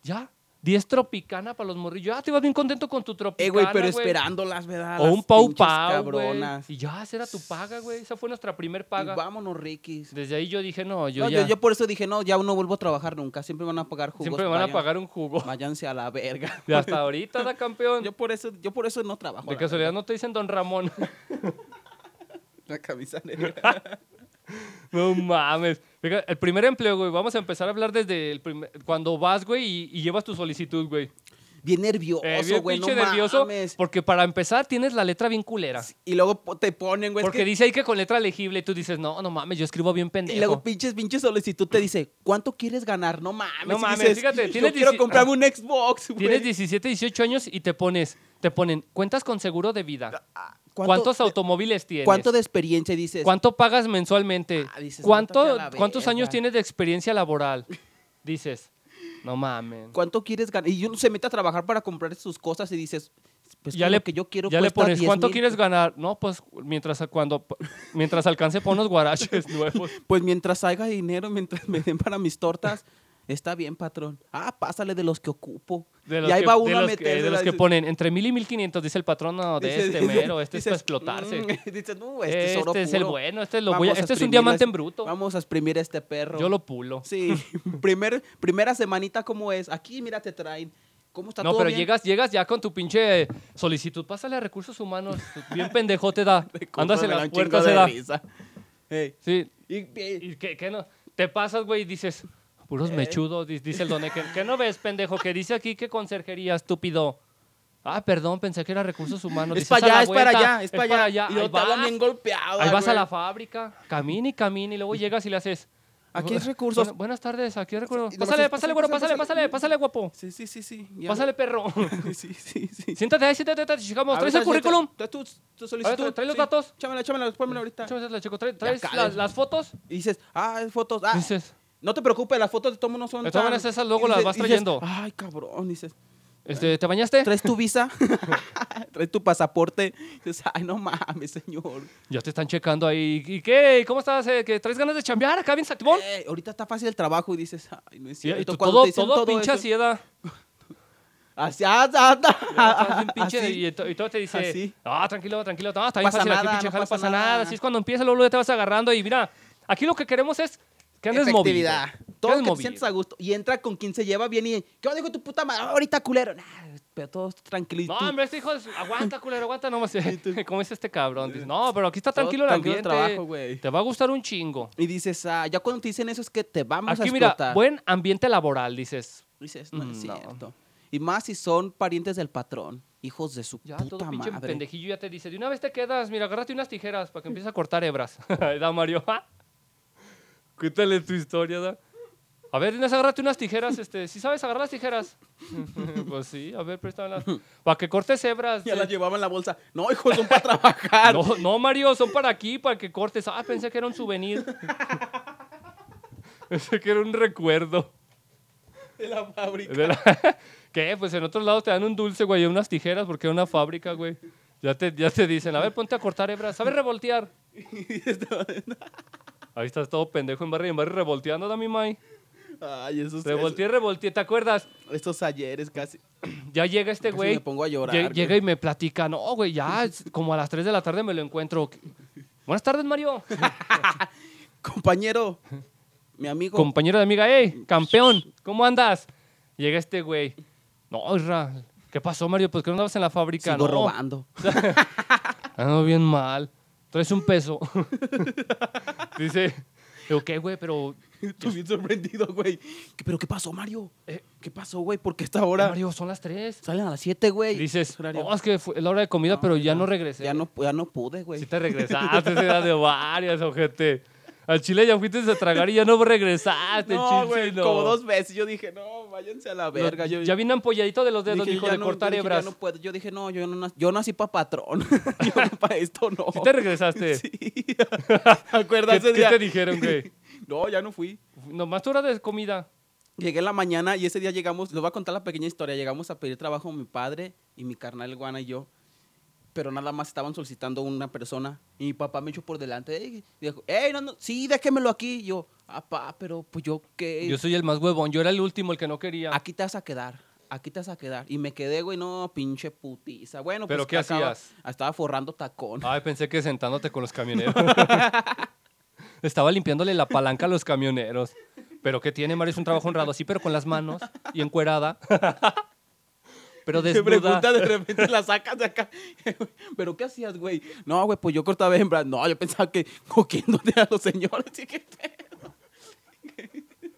A: Ya. 10 tropicana para los morrillos. Ya te ibas bien contento con tu tropicana.
D: Eh, güey, pero esperándolas, ¿verdad?
A: O
D: Las
A: un Pau
D: pinches
A: Pau, güey.
D: cabronas.
A: Y ya, esa era tu paga, güey. Esa fue nuestra primer
D: Y
A: paga.
D: vámonos, Rikis.
A: Desde ahí yo dije, no, yo
D: No,
A: ya.
D: yo, yo por eso dije, no, ya no vuelvo a trabajar nunca. Siempre van a pagar jugos.
A: siempre me van a
D: vayan-
A: pagar un jugo.
D: Váyanse a la verga.
A: Y hasta ahorita, da campeón.
D: Yo por eso, yo por eso no trabajo.
A: de
D: la
A: casualidad no te dicen Don Ramón.
D: verga. La camisa
A: Eh,
D: negra.
A: no mames. Fija- el primer empleo, güey. Vamos a empezar a hablar desde el primer- cuando vas, güey, y, y llevas tu solicitud, güey.
D: Bien nervioso,
A: Eh, bien
D: güey. No
A: pinche nervioso.
D: mames.
A: Porque para empezar tienes la letra bien culera.
D: Y luego po- te ponen, güey. es
A: porque
D: que-
A: dice ahí que con letra legible y tú dices, no, no mames, yo escribo bien pendejo.
D: Y luego pinches, pinches solicitud te dice, ¿cuánto quieres ganar? No mames.
A: No
D: y
A: mames,
D: dices,
A: fíjate,
D: yo
A: tienes dieci-
D: quiero comprarme un Xbox, güey.
A: Tienes 17, 18 años y te pones, te ponen, cuentas con seguro de vida.
D: Ah, ¿Cuánto-
A: ¿Cuántos automóviles tienes?
D: ¿Cuánto de experiencia? Y dices,
A: ¿Cuánto pagas mensualmente?
D: Ah, dices,
A: ¿Cuánto-
D: "Mátate a la
A: ¿Cuántos años
D: verga".
A: tienes de experiencia laboral? Dices, no mames.
D: ¿cuánto quieres ganar? Y uno se mete a trabajar para comprar sus cosas y dices, pues
A: Ya
D: con
A: le-
D: lo que yo quiero
A: ya le
D: cuesta
A: pones,
D: 10,000.
A: ¿cuánto quieres ganar? No, pues mientras, a- cuando, mientras alcance por unos guaraches nuevos.
D: Pues mientras salga dinero, mientras me den para mis tortas, está bien, patrón. Ah, pásale de los que ocupo.
A: De los
D: y ahí
A: que,
D: va
A: de
D: uno a
A: los que-
D: meterse.
A: de los que ponen entre mil y mil quinientos, dice el patrón, no, de este mero, este es para explotarse.
D: dices, no, este,
A: este
D: es oro
A: es el
D: puro.
A: bueno, este, lo voy
D: Vamos
A: a-
D: a
A: este es un
D: exprimirlo,
A: diamante
D: es-
A: en bruto.
D: Vamos a exprimir a este perro.
A: Yo lo pulo.
D: Sí, primer, primera semanita, ¿cómo es? Aquí, mira, te traen. ¿Cómo está
A: No,
D: todo
A: pero
D: bien?
A: llegas, llegas ya con tu pinche eh, solicitud. Pásale a recursos humanos. Bien pendejo te da. Andas en
D: Cómpramela
A: las
D: un chingo
A: puertas,
D: de
A: se da.
D: risa. Ey,
A: Sí.
D: y- y-
A: ¿Y qué, qué no? Te pasas, güey, y dices,
D: Eh.
A: puros mechudos, di- dice el don Eken. ¿Qué no ves, pendejo? Que dice aquí que conserjería, estúpido. Ah, perdón, pensé que era recursos humanos.
D: es
A: Dices, "A
D: para
A: la
D: allá, es para
A: vuelta,
D: allá, es para allá. Y
A: Ahí
D: luego te hablan
A: vas,
D: bien golpeado.
A: ahí vas a
D: güey.
A: la fábrica, camina y camina, y luego llegas y le haces...
D: Aquí es recursos.
A: "Buena- buenas tardes, aquí es recursos.
D: Y nomás
A: Pásale,
D: es,
A: pásale,
D: pásale,
A: güero, pásale,
D: pásale,
A: pásale, pásale, guapo.
D: Sí, sí, sí, sí. ya.
A: Pásale, perro.
D: Sí, sí, sí.
A: Siéntate ahí, siéntate, te chicamos.
D: A
A: ¿Traes
D: ver,
A: el currículum?
D: traes tu, tu
A: A ver,
D: solicitud.
A: trae los datos.
D: Chámela, chámela, pónmela ahorita.
A: Échame la chico, ¿Trae- ¿Traes
D: cagues.
A: las, las fotos?
D: Y dices, ah, es fotos. Ah,
A: Dices,
D: no te preocupes, las fotos de tomo no son
A: De todas
D: tan-
A: maneras, esas luego
D: Y
A: las
D: dices-
A: vas
D: y dices,
A: trayendo.
D: Ay, cabrón, dices.
A: este, ¿te bañaste?
D: ¿Traes tu visa? ¿Traes tu pasaporte? Dices, ay, no mames, señor.
A: Ya te están checando ahí. ¿Y qué? ¿Cómo estás? eh? ¿Que traes ganas de chambear acá bien sactimón?
D: Eh, ahorita está fácil el trabajo y dices, ay, no es
A: Y,
D: cierto.
A: y tú
D: Cuando
A: todo,
D: te dicen
A: todo, pinche
D: eso,
A: ansiedad.
D: Así, ah, ah, ah,
A: Estás
D: ah,
A: bien pinche
D: así.
A: y, to- y todo te dice,
D: Así.
A: ah, tranquilo, tranquilo, no, está bien
D: Pasa
A: fácil aquí,
D: nada,
A: pinche
D: no
A: jale,
D: pasa
A: pasa nada.
D: nada.
A: Así es cuando empieza, luego luego te vas agarrando y mira, aquí lo que queremos es que andes movido.
D: Efectividad.
A: que
D: Todo
A: andes
D: que te
A: movido.
D: sientes a gusto. Y entra con quien se lleva bien y, ¿qué onda, hijo de tu puta madre? Ah, Ahorita, culero. Nah, pero todo tranquilo. y
A: No,
D: tú,
A: hombre, este hijo, de su- aguanta, culero, aguanta nomás. ¿Cómo es este cabrón? Dice, no, pero aquí está
D: todo
A: tranquilo el
D: tranquilo
A: ambiente.
D: el trabajo, güey.
A: te va a gustar un chingo.
D: Y dices, ah, ya cuando te dicen eso es que te vamos a
A: Aquí, mira,
D: explotar.
A: buen ambiente laboral, dices.
D: Dices, no, es
A: Mm, no.
D: cierto. Y más si son parientes del patrón, hijos de su
A: Ya, todo
D: puta
A: pinche
D: madre.
A: pendejillo ya te dice, de una vez te quedas, mira, agárrate unas tijeras para que empieces a cortar hebras. da Mario. Cuéntale tu historia, da. A ver, Inés, agárrate unas tijeras, este, si sabes agarrar las tijeras. pues sí, a ver, préstamelas. Para que cortes hebras.
D: Ya
A: eh.
D: la llevaban en la bolsa. No, hijo, son para trabajar.
A: No, no, Mario, son para aquí, para que cortes. Ah, pensé que era un souvenir. pensé que era un recuerdo.
D: De la fábrica.
A: De la- ¿Qué? Pues en otros lados te dan un dulce, güey, y unas tijeras porque es una fábrica, güey. Ya te, ya te dicen, a ver, ponte a cortar hebras, ¿sabes revoltear? Ahí estás todo pendejo en barrio, en barrio revolteando, dame, May.
B: Ay, esos,
D: Pues
A: Revolteé, revolteé, ¿te acuerdas?
B: esos- estos ayeres casi.
A: Ya llega este
D: Casi
A: güey.
D: Me pongo a llorar.
A: lle-
D: güey.
A: Llega y me platica, no, güey, ya, es como a las 3 de la tarde me lo encuentro. Buenas tardes, Mario.
D: Compañero, mi amigo.
A: Compañero de amiga, hey, campeón, ¿cómo andas? Llega este güey. No, Isra, ¿qué pasó, Mario? Pues que no andabas en la fábrica,
D: sigo
A: no.
D: robando.
A: Ando bien mal. Traes un peso. Dice, digo, ¿qué, güey? Pero,
D: Estoy bien sorprendido, güey. ¿Qué- ¿Pero qué pasó, Mario? ¿Qué pasó, güey? Porque esta hora
A: Eh. Mario, son las 3.
D: salen a las 7, güey.
A: Dices, "Oh,
D: Es horario. Ah,
A: no, es que fue la hora de comida, pero ya no regresé.
D: ya, no, ya no pude, güey.
A: Si te regresaste, esa era de varias, ojete. Al Chile ya fuiste a tragar y ya no regresaste,
B: No,
A: Chilsi,
B: güey,
A: no.
B: como dos veces. Yo dije, no, váyanse a la
A: Lo-
B: verga. Yo,
A: ya vine ampolladito de los dedos,
D: Dije,
A: dijo,
D: ya
A: de
D: no,
A: cortar
D: yo dije, ya
A: hebras.
D: no puedo. Yo dije, no, yo no, nac- yo nací para patrón. yo para esto no.
A: Si te regresaste,
B: ¿Acuerdas
A: ¿qué,
B: ese
A: qué
B: día?
A: te dijeron, güey?
B: No, ya no fui.
A: Nomás tu hora de comida.
D: Llegué en la mañana y ese día llegamos, les voy a contar la pequeña historia, llegamos a pedir trabajo mi padre y mi carnal el Guana y yo, pero nada más estaban solicitando una persona y mi papá me echó por delante "Ey", y dijo, hey, no, no, sí, déjemelo aquí. Y yo, papá, pero pues yo qué,
A: Yo soy el más huevón, yo era el último, el que no quería.
D: aquí te vas a quedar, aquí te vas a quedar. Y me quedé, güey, no, pinche putiza. Bueno,
A: ¿Pero
D: pues,
A: qué
D: acaba-
A: hacías?
D: Estaba forrando tacón.
A: Ay, pensé que sentándote con los camioneros. Estaba limpiándole la palanca a los camioneros. Pero ¿qué tiene, Mario? Es un trabajo honrado, sí, pero con las manos y encuerada. pero
D: Se
A: desnuda.
D: pregunta de repente la sacas de acá. ¿Pero qué hacías, güey? No, güey, pues yo cortaba hembra. No, yo pensaba que coquiéndote a los señores. ¿Y qué pedo?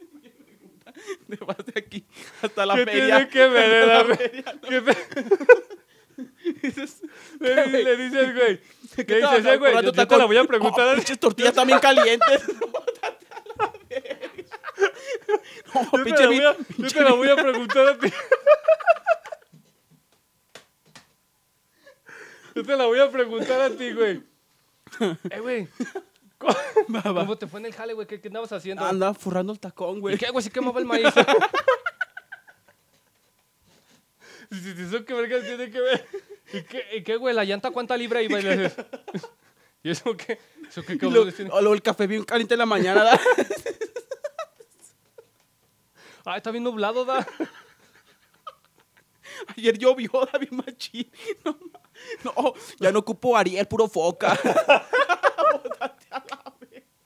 D: Me vas de aquí hasta la
A: ¿Qué
D: feria.
A: tiene que ver, eh, la
D: Hasta
A: fe-
D: feria, ¿no?
A: ¿Qué pe-
D: Dices,
A: Le,
D: güey?
A: le dices, güey.
D: ¿de
A: Le
D: qué
A: dices,
D: trabajas?
A: "Eh, güey, yo,
D: Cortando
A: yo te
D: tacón.
A: la voy a preguntar.
D: Oh,
A: a-
D: pinches tortillas también calientes. Mótate a la verga. No,
A: yo, te
D: Oh, pinche
A: la voy a,
D: vi-
A: yo
D: pinche
A: te la voy a preguntar a ti. Yo te la voy a preguntar a ti, güey. Eh, güey. ¿Cómo, cómo te fue en el jale, güey? ¿Qué, qué andabas haciendo?
D: Andaba forrando el tacón,
A: ¿Y
D: güey.
A: qué, güey? ¿Se quemaba el maíz? Si te hizo que verga, tiene que ver. ¿Y qué, y qué, güey? ¿La llanta cuánta libra iba? Y, le dices, ¿Y eso qué? ¿Eso qué
D: Y lo-
A: cabrón? tiene?
D: o lo- el café bien caliente en la mañana. ¿da?
A: Ah, está bien nublado, da.
D: Ayer llovió, David Machín. No, ma- no, oh, ya no ocupo Ariel, puro foca. Bótate a la verga.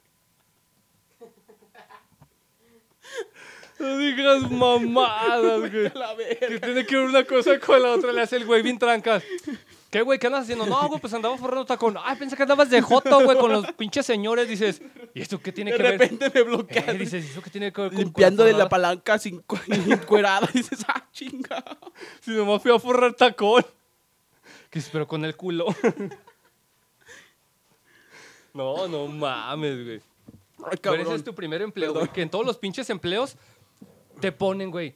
A: No digas mamadas, güey.
D: A la
A: Que
D: verga.
A: tiene que ver una cosa con la otra. Le hace el güey bien trancas. ¿Qué, güey? ¿Qué andas haciendo? No, güey, pues andaba forrando tacón. Ay, pensé que andabas de joto, güey, con los pinches señores. Dices, ¿y esto qué tiene
D: De
A: que ver? Eh,
D: repente me
A: ¿Qué
D: bloqueé.
A: dices? ¿Y eso qué tiene que ver con con
D: Limpiándole la
A: forrada?
D: palanca sin cu- encuerada. Dices, ah, chingado.
A: Si nomás fui a forrar tacón. Que dices, pero con el culo. No, no mames, güey.
D: Ay,
A: Pero
D: cabrón.
A: ese es tu primer empleo, güey. Que en todos los pinches empleos te ponen, güey,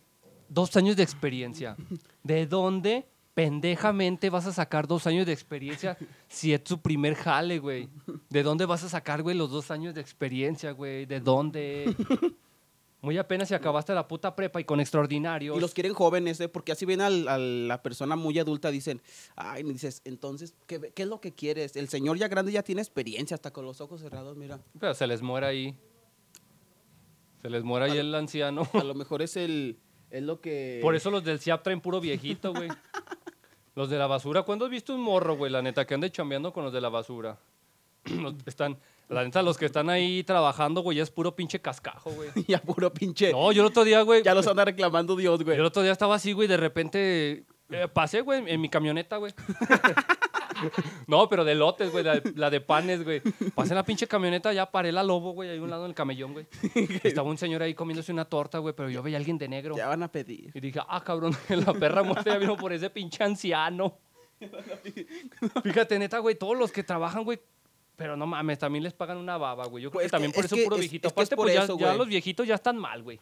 A: dos años de experiencia. ¿De dónde pendejamente vas a sacar dos años de experiencia si es tu primer jale, güey? ¿De dónde vas a sacar, güey, los dos años de experiencia, güey? ¿De dónde? Muy apenas si acabaste la puta prepa y con extraordinarios.
D: Y los quieren jóvenes, ¿eh? porque así ven al- a la persona muy adulta, dicen, ay, me dices, entonces, ¿qué, qué es lo que quieres? El señor ya grande ya tiene experiencia, hasta con los ojos cerrados, mira.
A: Pero se les muere ahí. Se les muere ahí el anciano.
D: A lo mejor es el, es lo que...
A: Por eso los del CIAP traen puro viejito, güey. Los de la basura, ¿cuándo has visto un morro, güey? La neta, que ande chambeando con los de la basura. Los- están, la neta, los que están ahí trabajando, güey, ya es puro pinche cascajo, güey.
D: ya puro pinche...
A: No, yo el otro día, güey.
D: Ya los anda reclamando Dios, güey.
A: Yo el otro día estaba así, güey, de repente eh, pasé, güey, en mi camioneta, güey. no, pero de lotes, güey, la, la de panes, güey. Pasé en la pinche camioneta, ya paré la lobo, güey, ahí a un lado en el camellón, güey. Estaba un señor ahí comiéndose una torta, güey, pero yo veía a alguien de negro.
D: Ya van a pedir.
A: Y dije, ah, cabrón, la perra muerta ya vino por ese pinche anciano. Fíjate, neta, güey, todos los que trabajan, güey, pero no mames, también les pagan una baba, güey. Yo creo
D: Pues
A: que
D: es
A: también
D: que-
A: por
D: es
A: eso
D: que
A: puro
D: es-
A: viejito.
D: es que es
A: Aparte,
D: por
A: pues ya,
D: eso,
A: ya
D: güey.
A: los viejitos ya están mal, güey.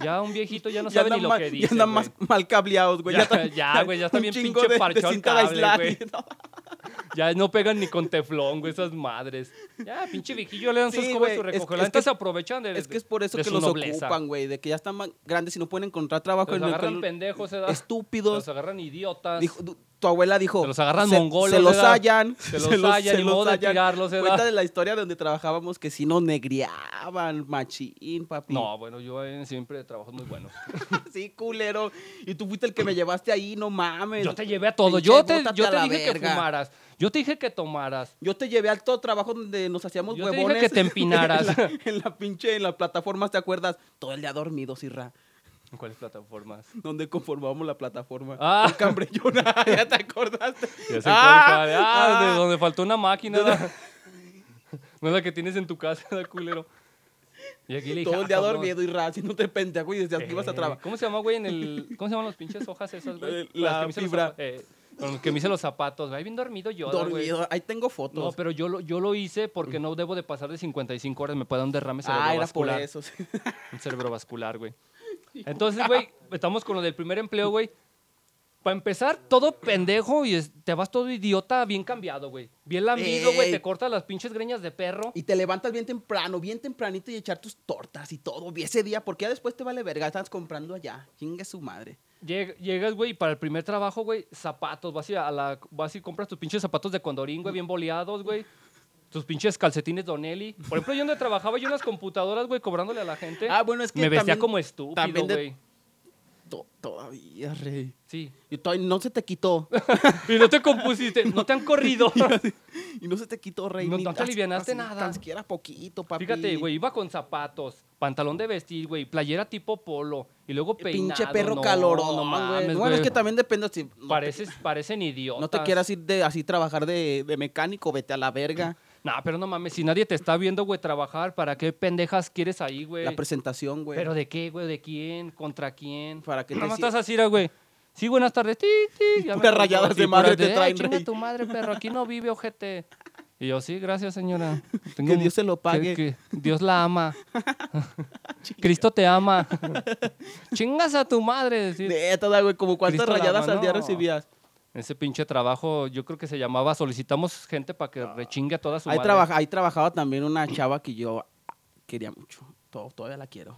A: Ya un viejito ya no
D: ya
A: sabe ni
D: andan
A: lo
D: mal-
A: que
D: Ya
A: dice.
D: andan
A: güey.
D: más mal cableados, güey.
A: Ya-
D: está-
A: ya, güey, ya está
D: un
A: bien
D: chingo
A: pinche
D: de- de
A: parchado el
D: cinta de aislar,
A: cable,
D: ¿no?
A: Ya no pegan ni con teflón, güey, esas madres. Ya, pinche viejillo le dan sus
D: Sí,
A: escoba y
D: güey,
A: su
D: es- es
A: recogedora.
D: que
A: Antes
D: es-
A: se aprovechan de.
D: Es que es por eso
A: de
D: que
A: su
D: los
A: nobleza.
D: ocupan, güey, de que ya están más grandes y no pueden encontrar trabajo.
A: Se
D: en
A: los
D: el
A: agarran
D: que-
A: pendejos, se da.
D: estúpidos.
A: Se los agarran idiotas.
D: Dijo- du- tu abuela dijo.
A: Se los agarran
D: "Se-
A: mongolos,
D: Se los
A: ¿verdad?
D: hallan.
A: Se los hallan, ni modo de tirarlos, ¿verdad?
D: Cuenta de la historia donde trabajábamos que si nos negriaban, machín, papi.
A: No, bueno, yo eh, siempre trabajo muy bueno.
D: Sí, culero. Y tú fuiste el que me llevaste ahí, no mames.
A: Yo te llevé a todo.
D: Pinche,
A: Yo te,
D: bótate
A: yo
D: a
A: te
D: la
A: dije que
D: verga.
A: fumaras. Yo te dije que tomaras.
D: Yo te llevé al todo trabajo donde nos hacíamos
A: Yo te dije
D: huevones.
A: que te empinaras.
D: en, la, en la pinche, en las plataformas, ¿te acuerdas? Todo el día dormidos, Irra.
A: ¿En cuáles plataformas?
D: Donde conformábamos la plataforma.
A: Ah.
D: Con Cambrellona, ya te acordaste.
A: Ya sé
D: Ah,
A: cuál, cuál. Ah,
D: ah.
A: de donde faltó una máquina. No es la que tienes en tu casa, da culero. Y aquí le dije,
D: Todo el
A: ah,
D: día
A: cabrón.
D: dormido, Irra, si no te pendejo y decías que ibas a
A: Eh,
D: trabajar.
A: ¿Cómo se llama, güey? En el, ¿Cómo se llaman las pinches hojas esas, güey?
D: Eh,
A: Con las
D: la
A: que me hice los
D: fibra.
A: zapa- eh, con las que me hice los zapatos. Ahí bien dormido yo, güey.
D: Dormido. Ahí tengo fotos.
A: No, pero yo lo, yo lo hice porque no debo de pasar de 55 horas. Me puede dar un derrame
D: ah, era por
A: cerebrovascular.
D: eso. sí.
A: Un cerebrovascular, güey. Entonces, güey, estamos con lo del primer empleo, güey. Para empezar, todo pendejo y es- te vas todo idiota, bien cambiado, güey. Bien lamido, güey.
D: Ey.
A: Te cortas las pinches greñas de perro.
D: Eh. Y te levantas bien temprano, bien tempranito y echar tus tortas y todo. Y ese día, porque ya después te vale verga, estás comprando allá. Chingue su madre.
A: Lleg- Llegas, güey, y para el primer trabajo, güey, zapatos. Vas y, a la, vas y compras tus pinches zapatos de condorín, güey, bien boleados, güey. Tus pinches calcetines Donelli. Por ejemplo, yo donde trabajaba, yo en las computadoras, güey, cobrándole a la gente.
D: Ah, bueno, es que
A: Me vestía
D: también-
A: como estúpido,
D: también de-
A: güey.
D: To- todavía, rey.
A: Sí.
D: Y todavía no se te quitó.
A: Y no te compusiste, no te han corrido.
D: y no se te quitó, rey.
A: No-
D: ni
A: no te
D: tan-
A: alivianaste
D: así,
A: nada.
D: Tan siquiera poquito, papi.
A: Fíjate, güey, iba con zapatos, pantalón de vestir, güey, playera tipo polo y luego peinado.
D: Pinche perro
A: no,
D: calorón,
A: no mames,
D: güey.
A: güey.
D: Bueno, es que también depende si. no te-
A: pareces, parecen idiotas.
D: No te quieras ir de así trabajar de, de mecánico, vete a la verga.
A: No, pero no mames, si nadie te está viendo, güey, trabajar, ¿para qué pendejas quieres ahí, güey?
D: La presentación, güey.
A: Pero de qué, güey, de quién, contra quién.
D: Para que
A: Nada
D: te
A: más
D: sie-
A: estás así, era, güey. Sí, buenas tardes. Ti, ti, ya me
D: Puras
A: colgó.
D: rayadas de
A: Y puras
D: madre te
A: "Ay,
D: traen,
A: chinga
D: rey".
A: tu madre, perro, aquí no vive ojete. Y yo, sí, gracias, señora.
D: Que Dios se lo
A: que-
D: pague.
A: que Dios la ama. Cristo te ama. Chingas a tu madre. decir.
D: Neta, da, güey, como cuántas
A: Cristo la
D: rayadas
A: ama,
D: al día
A: no.
D: recibías.
A: Ese pinche trabajo, yo creo que se llamaba solicitamos gente para que rechingue a toda su
D: Ah. Ahí,
A: madre.
D: trabaja, ahí trabajaba también una chava que yo quería mucho. To- Todavía la quiero.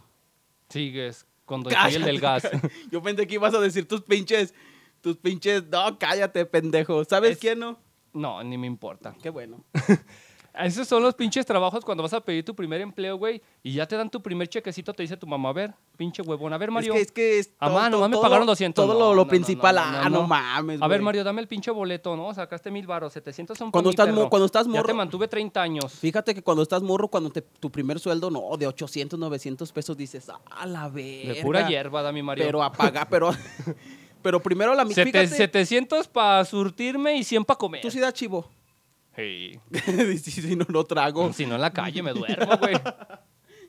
A: Sigues con Don Miguel Pues del Gas.
D: Cállate, cállate. Yo pensé que ibas a decir tus pinches. Tus pinches. No, cállate, pendejo. ¿Sabes
A: Es-
D: quién no?
A: No, ni me importa.
D: Qué bueno.
A: Esos son los pinches trabajos cuando vas a pedir tu primer empleo, güey, y ya te dan tu primer chequecito, te dice tu mamá, a ver, pinche huevón, a ver, Mario.
D: Es que es. Que es
A: Ah,
D: to-
A: mano,
D: to-
A: me
D: todo-
A: pagaron 200.
D: Todo
A: No,
D: lo, lo
A: no, no,
D: principal.
A: no, no,
D: ah,
A: no.
D: no mames.
A: a ver,
D: güey.
A: Mario, dame el pinche boleto, ¿no? Sacaste mil baros, 700 son pa'
D: Cuando
A: mí,
D: estás mo-
A: perro.
D: cuando estás
A: Ya te
D: morro-
A: mantuve 30 años.
D: Fíjate que cuando estás morro, cuando te- tu primer sueldo, no, de 800, 900 pesos, dices, a la verga.
A: De pura hierba, da mi Mario.
D: Pero apaga, pero. Pero primero la mitad.
A: Sete-
D: Fíjate,
A: 700 para surtirme y 100 para comer.
D: tú sí das chivo.
A: Sí. Pues,
D: si, si no, no trago.
A: Si no en la calle me duermo, güey.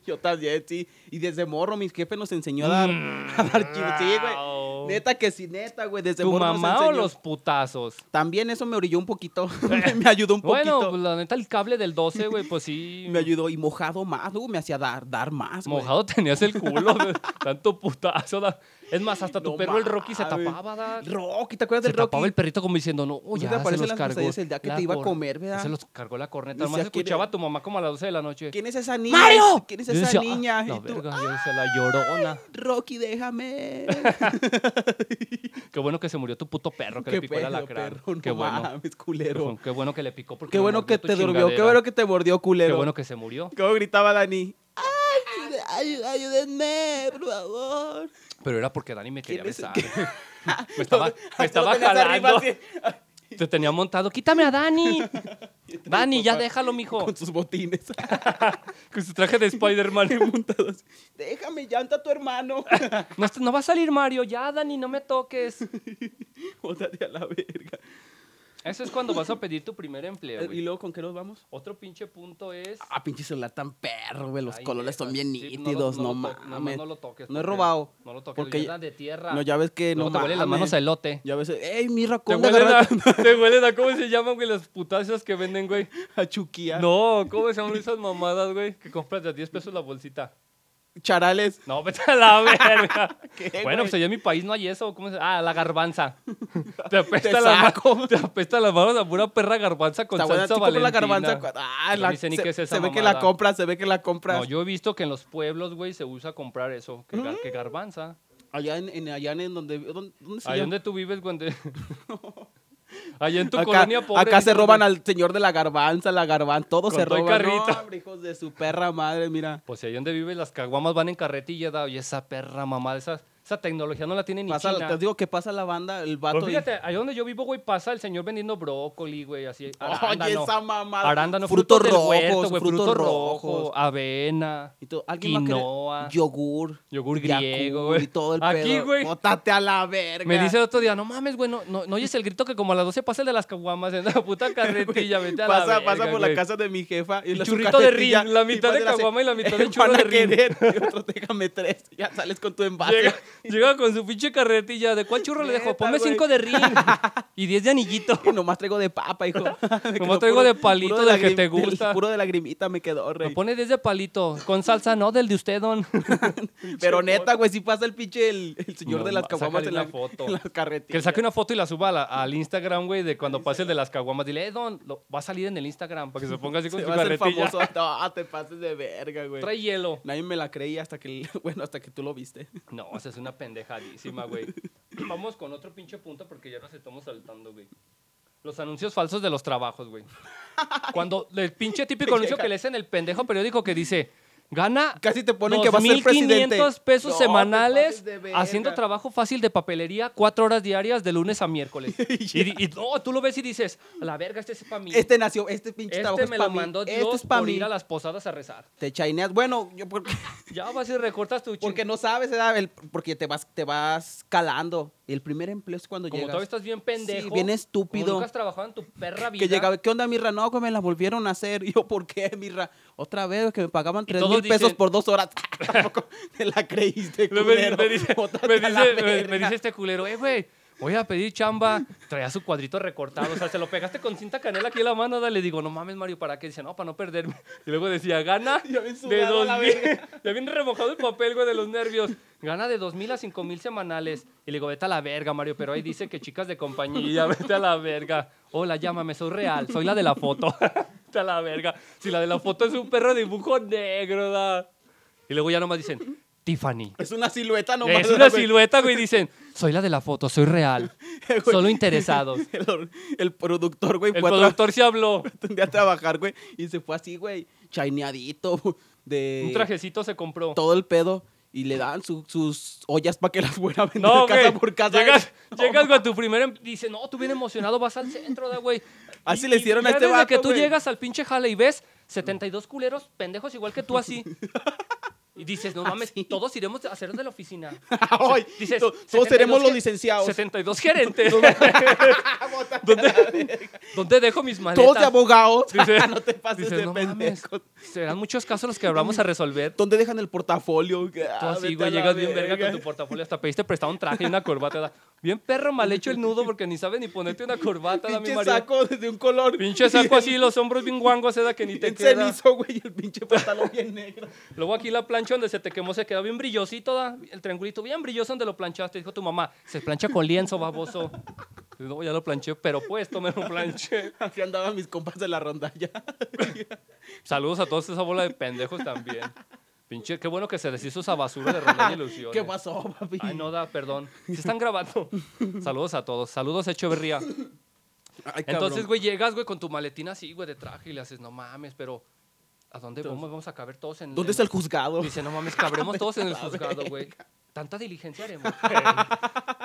D: Yo también, sí. Y desde morro, mis jefes nos enseñó a dar, a dar chivo. Sí,
A: Mm, wow.
D: güey. Neta que sí, neta, güey. Desde
A: ¿Tu
D: morro nos
A: mamá o
D: enseñó.
A: los putazos?
D: También eso me orilló un poquito. me, me ayudó un poquito.
A: Bueno, pues, la neta, el cable del 12, güey, pues sí.
D: me ayudó. Y mojado más, luego me hacía dar, dar más, güey.
A: Mojado tenías el culo, güey. tanto putazo. da. Es más, hasta tu
D: No
A: perro el Rocky se
D: mames.
A: tapaba, da.
D: Rocky, ¿te acuerdas
A: Se
D: del Rocky?
A: tapaba el perrito como diciendo, no,
D: te
A: ya se
D: aparecen
A: los
D: las
A: cargó.
D: pesadillas el día que te iba a
A: cor-
D: comer, ¿verdad?
A: Se los cargó la corneta.
D: Y
A: Además,
D: decía, ¿quién
A: escuchaba
D: era?
A: a tu mamá como a las 12 de la noche.
D: ¿Quién es esa niña?
A: ¡Mario!
D: ¿Quién es
A: Yo
D: esa
A: decía, "Ah,
D: niña?
A: La
D: Y tú,
A: verga,
D: "Ah,
A: yo decía, la llorona.
D: Rocky, déjame.
A: Qué bueno que se murió tu puto perro que le
D: Qué
A: picó la
D: pedo,
A: alacrán.
D: perro, no
A: Qué bueno.
D: mames, culero.
A: Qué bueno que le picó porque
D: Qué
A: le
D: bueno
A: mordió
D: que
A: tu
D: te durmió, qué
A: chingadera.
D: bueno que te mordió, culero.
A: Qué bueno que se murió.
D: ¿Cómo gritaba Dani? ¡Ay, ay- ayúdenme, por favor!
A: Pero era porque Dani me quería
D: ¿Quién es el
A: besar. me estaba, me estaba
D: Lo tenías
A: jalando.
D: arriba, así,
A: Te tenía montado. ¡Quítame a Dani! Dani, ya déjalo, mijo.
D: Con sus botines.
A: Con su traje de Spider-Man.
D: montados. Déjame, llanta a tu hermano.
A: No, est- no va a salir Mario. Ya, Dani, no me toques.
D: Bótate a la verga.
A: Eso es cuando vas a pedir tu primer empleo,
D: Eh, ¿Y
A: güey.
D: luego con qué nos vamos?
A: Otro pinche punto es...
D: Ah, pinche celular tan perro, güey. Los
A: Ay,
D: colores
A: neta,
D: son bien
A: sí, lo-
D: nítidos, no,
A: lo to-
D: mames.
A: nada más No lo toques.
D: No he
A: porque-
D: robado.
A: No lo toques.
D: Porque
A: Porque
D: ya-
A: de tierra.
D: No, ya ves que
A: Luego
D: Eh, no
A: te huelen las manos a
D: mames.
A: elote.
D: Ya ves, ey, mira,
A: Te
D: con de
A: huelen, a,
D: agarrar
A: te huelen a- ¿Cómo se llaman, güey? Las putazas que venden, güey.
D: a Chuquía.
A: No, ¿cómo se llaman esas mamadas, güey? Que compras de a 10 pesos la bolsita.
D: Charales.
A: No, vete a la verga.
D: ¿Qué,
A: bueno,
D: güey?
A: pues allá en mi país no hay eso. ¿Cómo se Ah, la garbanza. Te apesta,
D: Te
A: la
D: saco.
A: te apesta las manos a pura perra garbanza con
D: Está buena,
A: salsa
D: tú compras
A: valentina.
D: la garbanza. cua- Ah,
A: Yo
D: la-
A: ni sé
D: se,
A: ni qué es esa
D: se ve que
A: mamada.
D: la compras, se ve que la compras.
A: No, yo he visto que en los pueblos, güey, se usa comprar eso. Que, gar- que garbanza.
D: Allá en, en- allá en donde ¿dónde, dónde se
A: Ahí
D: llama?
A: donde tú vives, güey. donde- Allá en tu
D: acá,
A: colonia pobre.
D: acá se
A: dices,
D: roban al señor de la garbanza, la garbanza, todo
A: Con
D: se
A: todo y
D: roban. No,
A: carrito.
D: hombre, hijos de su perra madre, mira.
A: Pues ahí donde vives, las caguamas van en carretilla. da, Y esa perra mamada, esa, esa tecnología no la tiene ni
D: Pasa,
A: China.
D: te digo que pasa la banda, el vato.
A: Pero
D: y-
A: fíjate, ahí donde yo vivo, güey, pasa el señor vendiendo brócoli, güey, así.
D: Oye,
A: Arándano,
D: esa mamada.
A: arándano
D: Frutos
A: frutos, rojos,
D: rojos,
A: güey,
D: frutos
A: frutos rojos,
D: rojos.
A: avena,
D: Y tú, alguien va a querer
A: Quinoa.
D: yogur,
A: yogur
D: Yakult
A: griego, güey.
D: y todo el
A: Aquí,
D: pedo.
A: güey,
D: Bótate a la verga.
A: me dice el otro día, no mames, güey, no, no, no oyes el grito que como a las 12 pasa el de las caguamas en la puta carretilla, vete a la
D: pasa,
A: verga,
D: pasa por
A: güey.
D: la casa de mi jefa y
A: Y
D: la
A: churrito de ring, la mitad de caguama y la mitad de churro
D: churro
A: de ring.
D: Y otro, déjame tres. Ya sales con tu envase.
A: Llega, llega con su pinche carretilla, ¿de cuál churro le dejo?
D: Neta,
A: Ponme
D: güey.
A: 5 de ring y 10 de anillito.
D: Y nomás traigo de papa, hijo. Me
A: Nomás
D: quedó
A: traigo de palito del que
D: lagrim-
A: te gusta.
D: puro de lagrimita me quedó,
A: Me
D: rey.
A: pone 10 de palito, con salsa, no, del de usted, don.
D: Pero neta, güey, si pasa el pinche el, el señor
A: No,
D: de las
A: ma-
D: caguamas
A: sácale
D: en, la,
A: una foto.
D: en las
A: Que le
D: carretillas.
A: saque una foto y la suba a la- al Instagram, güey, de cuando pase el de las caguamas. Dile, eh, don, lo- va a salir en el Instagram para que se ponga así con
D: Se
A: su
D: va a hacer
A: carretilla.
D: famoso. No, te pases de verga, güey.
A: Trae hielo.
D: Nadie me la creía hasta que, bueno, hasta que tú lo viste.
A: No, esa es una pendejadísima, güey. Vamos con otro pinche punto porque ya nos estamos saltando, güey. Los anuncios falsos de los trabajos, güey. Cuando el pinche típico anuncio que lees en el pendejo periódico que dice, gana
D: Casi te ponen que va a ser presidente.
A: 2.500 pesos
D: No, te
A: semanales
D: pases de verga.
A: haciendo trabajo fácil de papelería cuatro horas diarias de lunes a miércoles. y, di- y no, tú lo ves y dices, a la verga, este es para mí.
D: Este nació, este pinche
A: Este
D: trabajo
A: me lo
D: es para mí.
A: mandó Dios
D: este es para
A: por
D: mí.
A: ir a las posadas a rezar.
D: Te chaineas. Bueno, yo porque,
A: Ya vas y recortas tu
D: porque
A: chin-
D: no sabes, ¿verdad? El- porque te vas, te vas calando. El primer empleo es cuando
A: Como
D: llegas.
A: todavía estás bien pendejo.
D: bien
A: como
D: estúpido.
A: nunca has trabajado en tu perra vida.
D: Que llegaba, ¿qué onda, Mirra? No, que me la volvieron a hacer. Y yo, ¿por qué, Mirra? Otra vez, que me pagaban tres
A: todos
D: mil pesos
A: dicen-
D: por dos horas. Ah, Tampoco te la creíste,
A: Luego me,
D: culero.
A: me dice,
D: Bótate
A: me
D: a la
A: dice- me- me
D: verga.
A: dice este culero, eh, güey, voy a pedir chamba. Traía su cuadrito recortado, o sea, se lo pegaste con cinta canela aquí en la mano. Le digo, no mames, Mario, ¿para qué? Dice, no, para no perderme. Y luego decía, gana
D: Ya bien
A: de
D: sudado a
A: dos
D: la
A: mil. Ya bien remojado el papel, güey, de los nervios. Gana de dos mil a cinco mil semanales. Y le digo, vete a la verga, Mario, pero ahí dice que chicas de compañía, vete a la verga. Hola, llámame, soy real, soy la de la foto. vete a la verga. Si la de la foto es un perro de dibujo negro, da. Y luego ya nomás dicen, Tiffany.
D: Es una silueta nomás.
A: Es una
D: güey.
A: silueta, güey. Dicen, soy la de la foto, soy real. Solo interesados.
D: El, el productor, güey,
A: El
D: fue a tra-
A: productor se habló.
D: un día a trabajar, güey, y se fue así, güey, chaineadito, de
A: Un trajecito se compró.
D: todo el pedo, y le dan su- sus ollas para que las fuera a vender
A: No,
D: casa
A: güey.
D: por casa.
A: Llegas,
D: No,
A: llegas con tu primer. em- Dice, no, tú bien emocionado, vas al centro, da, güey.
D: Así
A: Y-
D: le
A: y
D: hicieron a
A: ya
D: este
A: desde que
D: vato,
A: tú
D: güey.
A: llegas al pinche jale y ves 72 culeros pendejos igual que tú así. Y dices, no mames, todos iremos a hacer de la oficina.
D: Ay,
A: Dices,
D: to- todos
A: 72
D: seremos los
A: ge-
D: licenciados.
A: 72 gerentes. ¿Dónde, ¿Dónde dejo mis maletas?
D: Todos de abogados.
A: Dice-
D: no te pases
A: dices,
D: de
A: "No mames,
D: pendejos.
A: Serán muchos casos los que vamos a resolver.
D: ¿Dónde dejan el portafolio? Ah,
A: Tú así,
D: vete
A: güey,
D: a la
A: llegas bien verga con tu portafolio. Hasta pediste prestado un traje y una corbata. da. Bien perro, mal hecho el nudo porque ni sabes ni ponerte una corbata, da, mi
D: Pinche
A: marido.
D: saco de un color.
A: Pinche saco así, los hombros bien guangos, seda que ni te
D: Bien
A: queda.
D: cenizo, güey, el pinche pantalón bien negro.
A: Luego aquí la plancha donde se te quemó se quedó bien brillosito, da, el triangulito bien brilloso donde lo planchaste. Dijo tu mamá, se plancha con lienzo, baboso. No, ya lo planché, pero pues, puesto me lo planché.
D: Así andaban mis compas de la rondalla.
A: Saludos a todos esa bola de pendejos también. Pinche, qué bueno que se deshizo esa basura de Ronald Ilusiones.
D: ¿Qué pasó, papi?
A: Ay, no da, perdón. Se están grabando. Saludos a todos. Saludos a Echeverría.
D: Ay, cabrón.
A: Entonces, güey, llegas, güey, con tu maletín así, güey, de traje y le haces, no mames, pero ¿a dónde vamos? Vamos a caber todos en
D: ¿Dónde
A: en-
D: está el juzgado?
A: Dice, no mames, cabremos todos en el juzgado, güey. Tanta diligencia haremos.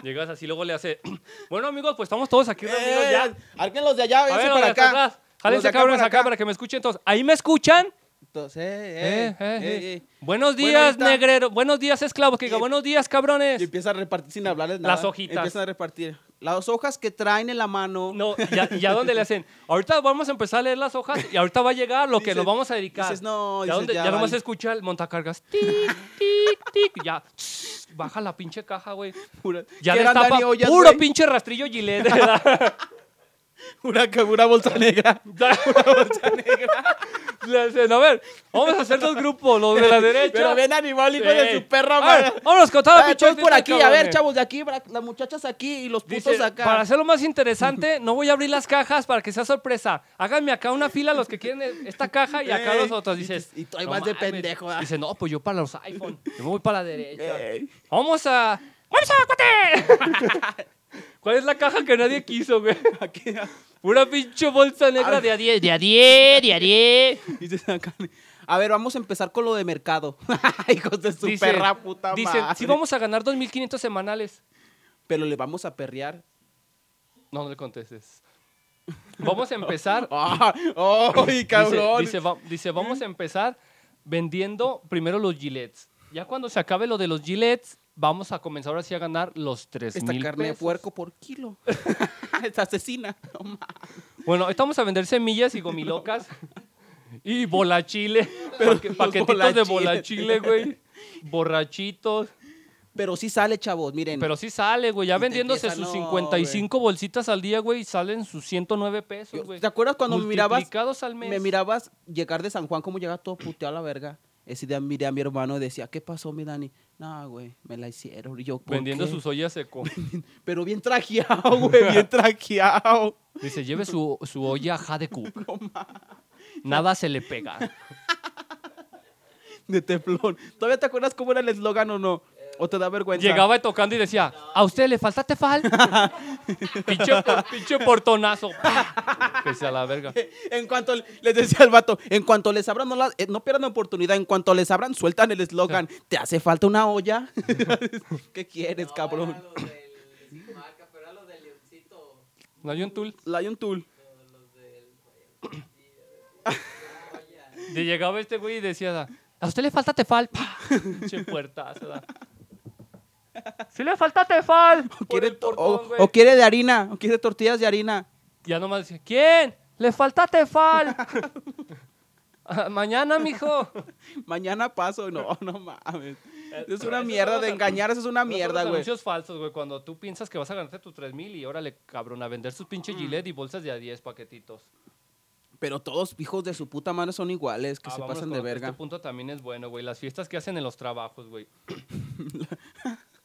A: Llegas así, luego le hace, bueno, amigos, pues estamos todos aquí reunidos
D: Eh,
A: ya.
D: Alguien los de allá,
A: A ver,
D: véanse
A: los de
D: para
A: acá
D: acá.
A: atrás. Jálense,
D: Los de
A: cabrones,
D: para
A: acá para que me escuchen todos. ¿Ahí me escuchan?
D: Entonces, eh,
A: Eh,
D: eh,
A: eh, eh.
D: eh, eh.
A: Buenos
D: Bueno,
A: días,
D: ahorita-
A: negrero. Buenos días, esclavos. Que diga,
D: Y-
A: buenos días, cabrones.
D: Y empieza a repartir sin hablarles nada.
A: Las hojitas.
D: Empiezan a repartir. Las hojas que traen en la mano.
A: No, ya, ya donde le hacen, ahorita vamos a empezar a leer las hojas y ahorita va a llegar lo que
D: Dices-
A: nos vamos a dedicar.
D: dices, no,
A: ya
D: dices,
A: donde,
D: ya
A: ya nomás
D: vale.
A: se escucha el montacargas, tic, tic, tic, ya, tss, baja la pinche caja, güey.
D: Pura-
A: Ya
D: que eran
A: destapa
D: Dani Ollas,
A: puro
D: güey.
A: pinche rastrillo Gillette. ¿verdad?
D: Una, ca- una bolsa negra.
A: Le dicen, a ver, vamos a hacer dos grupos, los de la derecha.
D: Pero bien animal, hijo de
A: Sí.
D: su perra,
A: A ver,
D: madre.
A: Vámonos con toda la
D: Ah,
A: pinche
D: todos por
A: gente,
D: aquí, a ver,
A: cabrones.
D: chavos, de aquí, para- las muchachas aquí y los
A: Dice,
D: putos acá.
A: Para hacerlo más interesante, no voy a abrir las cajas para que sea sorpresa. Háganme acá una fila los que quieren esta caja y acá
D: Ey,
A: los otros.
D: y
A: Dices,
D: tú- y tú ahí vas de pendejo, ¿verdad?
A: Dice, no, pues yo para los iPhone. Yo me voy para la derecha.
D: Ey.
A: Vamos a. ¡Vamos a, cuate! ¿Cuál es la caja que nadie quiso, güey?
D: Aquí, ah,
A: Una pinche bolsa negra de a 10, de a 10, de a 10.
D: y se sacan. A ver, vamos a empezar con lo de mercado. Hijos de su
A: Dicen-
D: perra puta
A: Dicen,
D: madre.
A: sí vamos a ganar 2.500 semanales.
D: Pero le vamos a perrear.
A: No, no le contestes. Vamos a empezar
D: ¡Ah! ¡Ay, cabrón!
A: Dice, dice, va- dice, vamos a empezar vendiendo primero los gilets. Ya cuando se acabe lo de los gilets, vamos a comenzar ahora sí a ganar los 3
D: Esta
A: mil
D: carne de
A: pesos.
D: puerco por kilo. Esta asesina. No mames.
A: Bueno, ahorita vamos a vender semillas y gomilocas y bolachile. Paque-
D: los
A: paquetitos de
D: bolachiles.
A: bolachile, güey. Borrachitos.
D: Pero sí sale, chavos, miren.
A: Pero sí sale, güey. Ya
D: Y te
A: vendiéndose
D: empieza,
A: sus
D: no,
A: 55 bolsitas al día, güey, salen sus 109 pesos,
D: Yo-
A: güey.
D: ¿Te acuerdas cuando me mirabas?
A: Multiplicados al mes.
D: Me mirabas llegar de San Juan, como llega todo puteado a la verga. Ese día miré a mi hermano y decía, ¿qué pasó, mi Dani? No, güey, me la hicieron. Y yo, ¿por
A: Vendiendo
D: qué?
A: sus ollas seco.
D: Pero bien trajeado, güey, bien trajeado.
A: Dice, lleve su, su olla Jade Cook. Nada se le pega.
D: De teflón. ¿Todavía te acuerdas cómo era el eslogan o no? ¿O te da vergüenza?
A: Llegaba y tocando y decía, ¿a usted le falta tefal? pinche, por- pinche portonazo. ¡Pah! que sea la verga.
D: En cuanto le- les decía al vato, en cuanto les abran, no, la- eh, no pierdan oportunidad. En cuanto les abran, sueltan el eslogan. ¿Te hace falta una olla? ¿Qué quieres, cabrón?
A: ¿No hay un tool?
D: Lion Tool.
A: Y llegaba este güey y decía, ¿a usted le falta tefal? ¡Pah! pinche puertazo. da. ¡Sí le falta tefal!
D: O
A: Por
D: quiere,
A: el
D: to-
A: portón,
D: o-
A: güey.
D: o quiere de harina, o quiere tortillas de harina.
A: Ya nomás decía, ¿quién? ¡Le falta tefal! Ah, Mañana, mijo.
D: Mañana paso. No, no mames. Es
A: Eh, Eso
D: una
A: no
D: mierda
A: lo
D: de
A: sab-
D: engañar, eso es una
A: No son
D: mierda,
A: los
D: güey.
A: anuncios falsos, güey. Cuando tú piensas que vas a ganarte tus 3000 y órale, cabrón, a vender sus pinches
D: Mm.
A: gilet y bolsas de a 10 paquetitos.
D: Pero todos hijos de su puta madre son iguales, que
A: Ah,
D: se
A: vámonos
D: pasan
A: con
D: de
A: otro.
D: verga.
A: Este punto también es bueno, güey. Las fiestas que hacen en los trabajos, güey.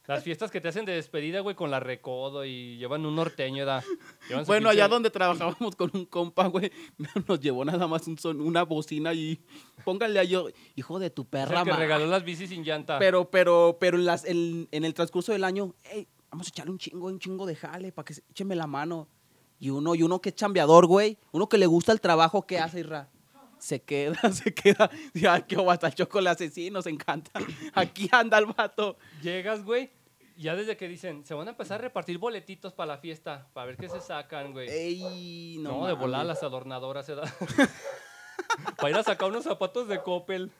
A: Las fiestas que te hacen de despedida, güey, con la recodo y llevan un norteño, da. Llevan su
D: Bueno,
A: pinche-
D: allá donde trabajábamos con un compa, güey, nos llevó nada más un son, una bocina y pónganle a yo, hijo de tu
A: es el
D: perra,
A: que
D: ma.
A: regaló las bicis sin llanta.
D: Pero, pero, pero en, las, en, en el transcurso del año, "Ey, vamos a echarle un chingo, un chingo de jale para que se- écheme la mano. Y uno, y uno que es chambeador, güey, uno que le gusta el trabajo que hace, Irra. Se queda, se queda. Ya que hasta el choco le hace, sí, nos encanta. Aquí anda el vato.
A: Llegas, güey, ya desde que dicen, se van a empezar a repartir boletitos para la fiesta, para ver qué se sacan, güey.
D: Ey,
A: No,
D: no.
A: de
D: mames.
A: volar las adornadoras, se da. Para ir a sacar unos zapatos de Coppel.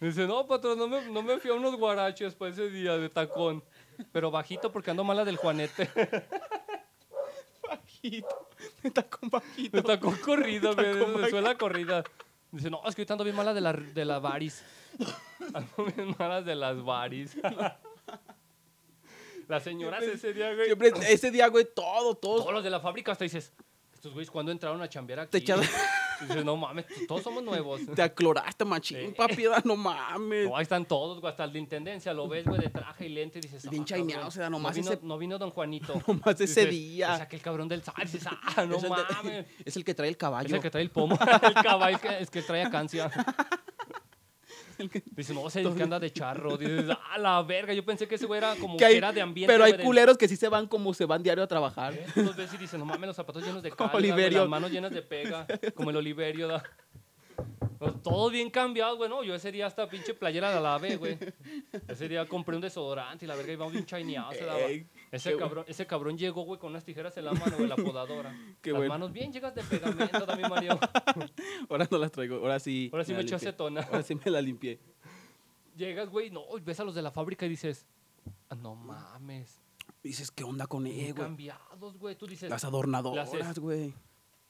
A: Dice, no, patrón, no me, no me fui a unos guaraches para ese día de tacón. Pero bajito porque ando mala del Juanete.
D: Bajito. Está con bajito.
A: De tacón corrido, güey.
D: Tacón
A: De, de suela corrida. Dice, no, es que ahorita ando bien mala de la, de la varis. Ando bien mala de las varis. Las señoras ese día, güey.
D: Siempre, ese día, güey, todo, todo.
A: todos los de la fábrica hasta dices, estos güeyes cuando entraron a chambear aquí.
D: Pues, Te echaron-
A: Dices, no mames, todos somos nuevos.
D: Te acloraste, machín,
A: Eh.
D: papi, da, no mames.
A: No, ahí están todos, güey, hasta el de intendencia, lo ves, güey, de traje y lente y dices,
D: Bien
A: "Ah, cabrón,
D: chaimeado, o sea, nomás
A: no vino,
D: ese-
A: no vino don Juanito.
D: Nomás ese
A: Dices,
D: día.
A: O sea, que el cabrón del SAT, dices, ah, no
D: es, el de-
A: mames.
D: es el que trae el
A: Es
D: caballo.
A: el que trae el pomo, el caballo, es que, es que trae acancia. Dice, no, sé, que anda de charro. Dices, ah, la verga, yo pensé que ese güey era como
D: Que
A: que
D: hay-
A: era de ambiente.
D: pero hay
A: güey, de-
D: culeros que sí se van como se van diario a trabajar.
A: Dos veces ¿Eh? y dicen, no mames, los zapatos llenos de
D: Como
A: calda, güey,
D: Oliverio.
A: las manos llenas de pega, como el Oliverio. da. No, Todo bien cambiado, güey. No, yo ese día hasta pinche playera la lavé, güey. Ese día compré un desodorante y la verga íbamos bien chaineados. se daba.
D: Ey,
A: Ese
D: qué
A: cabrón, ese cabrón llegó, güey, con unas tijeras en la mano, güey, la podadora.
D: Qué
A: las
D: bueno.
A: manos bien llegas de pegamento también, Mario.
D: Ahora no las traigo, ahora sí.
A: Ahora sí
D: la
A: me echó
D: limpié.
A: acetona.
D: Ahora sí me la limpié.
A: Llegas, güey, no, y ves a los de la fábrica y dices, "Ah, no mames,
D: Dices, ¿qué onda con
A: bien
D: él, Eh, güey?
A: cambiados, güey. Tú dices,
D: Las
A: Las
D: adornadoras,
A: es-
D: güey.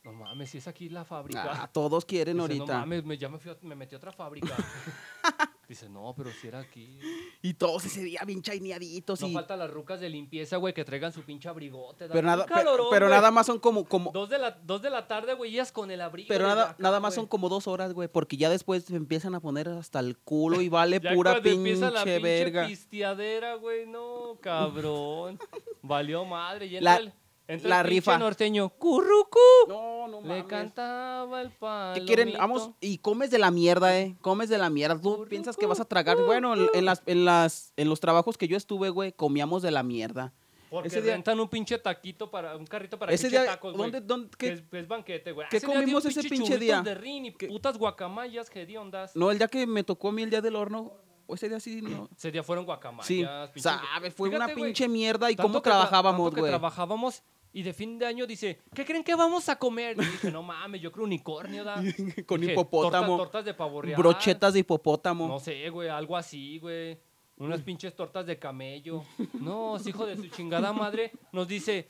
A: no mames, si es aquí la fábrica.
D: Ah, todos quieren
A: Dices, No
D: ahorita.
A: mames, me, ya me, fui a- me metí a otra fábrica. Dice, no, pero si era aquí.
D: Y todos ese día bien chaineaditos.
A: No
D: y...
A: falta las rucas de limpieza, güey, que traigan su pinche abrigote. da
D: Pero,
A: un
D: nada, pe-
A: calorón,
D: pero
A: güey.
D: nada más son como, como,
A: Dos de la, dos de la tarde, güey, ellas con el abrigo.
D: Pero
A: desde
D: nada,
A: acá,
D: nada más
A: güey.
D: son como dos horas, güey, porque ya después se empiezan a poner hasta el culo y vale
A: Ya
D: pura
A: cuando
D: pinche,
A: empieza la pinche
D: verga.
A: pisteadera, güey, no, cabrón. Valió madre. Y entra
D: La-
A: el, entra
D: la
A: el pinche
D: rifa.
A: norteño, currucu.
D: No, no
A: Le cantaba el pan.
D: ¿Qué quieren? Vamos, y comes de la mierda, eh. Comes de la mierda. Tú piensas que vas a tragar. Bueno, en, en las, en, las, en los trabajos que yo estuve, güey, comíamos de la mierda.
A: Porque
D: ese día-
A: rentan un pinche taquito para, un carrito para
D: Ese
A: pinche
D: día,
A: tacos, güey.
D: ¿dónde, dónde,
A: Que
D: qué?
A: es, que es banquete, güey.
D: qué
A: día dio
D: comimos ese pinche
A: churritos
D: día?
A: de rin y
D: ¿Qué?
A: putas guacamayas hediondas.
D: No, el día que me tocó a mí el día del horno, o ese día sí, no.
A: Ese día fueron guacamayas.
D: Sí,
A: pinche-
D: sabe, fue
A: Fíjate,
D: una
A: güey,
D: pinche mierda. ¿Y
A: Tanto
D: cómo
A: que tra-
D: trabajábamos,
A: tanto que
D: güey?
A: trabajábamos y de fin de año dice, ¿qué creen que vamos a comer? Y dije, no mames, yo creo unicornio, da.
D: Con
A: Dije,
D: hipopótamo,
A: tortas- tortas de pavo real.
D: Brochetas de hipopótamo.
A: No sé, güey, algo así, güey.
D: Mm.
A: Unas pinches tortas de camello. No, ese hijo de su chingada madre nos dice,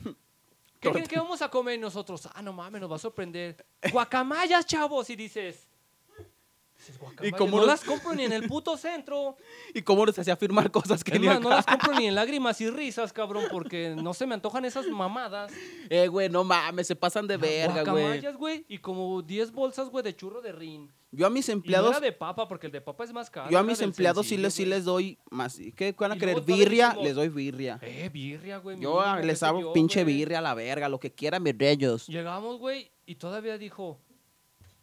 A: ¿qué creen que vamos a comer? Y nosotros, ah, no mames, nos va a sorprender. Guacamayas, chavos. Y dices... dices, "Guacamayas,
D: cómo
A: no
D: los-
A: las compro ni en el puto centro.
D: ¿Y cómo les hacía firmar cosas que
A: Es
D: ni
A: más, no
D: acá?
A: las compro ni en lágrimas y risas, cabrón, porque no se me antojan esas mamadas.
D: Eh, güey, no mames, se pasan de verga, güey.
A: Guacamayas, güey, y como 10 bolsas, güey, de churro de rin.
D: Yo a mis
A: Y no
D: empleados,
A: era de papa, porque el de papa es más caro.
D: yo a
A: era
D: mis
A: del
D: empleados sí
A: sencillo,
D: les, sí
A: güey.
D: les doy más. ¿Qué van a
A: Y
D: querer?
A: luego todavía
D: Birria,
A: dijimos-
D: les doy birria.
A: Eh, birria, güey.
D: Yo
A: mínimo,
D: ah, les
A: qué sé
D: hago
A: yo,
D: pinche
A: güey.
D: birria a la verga, lo que quieran mis reyes.
A: Llegamos, güey, y todavía dijo,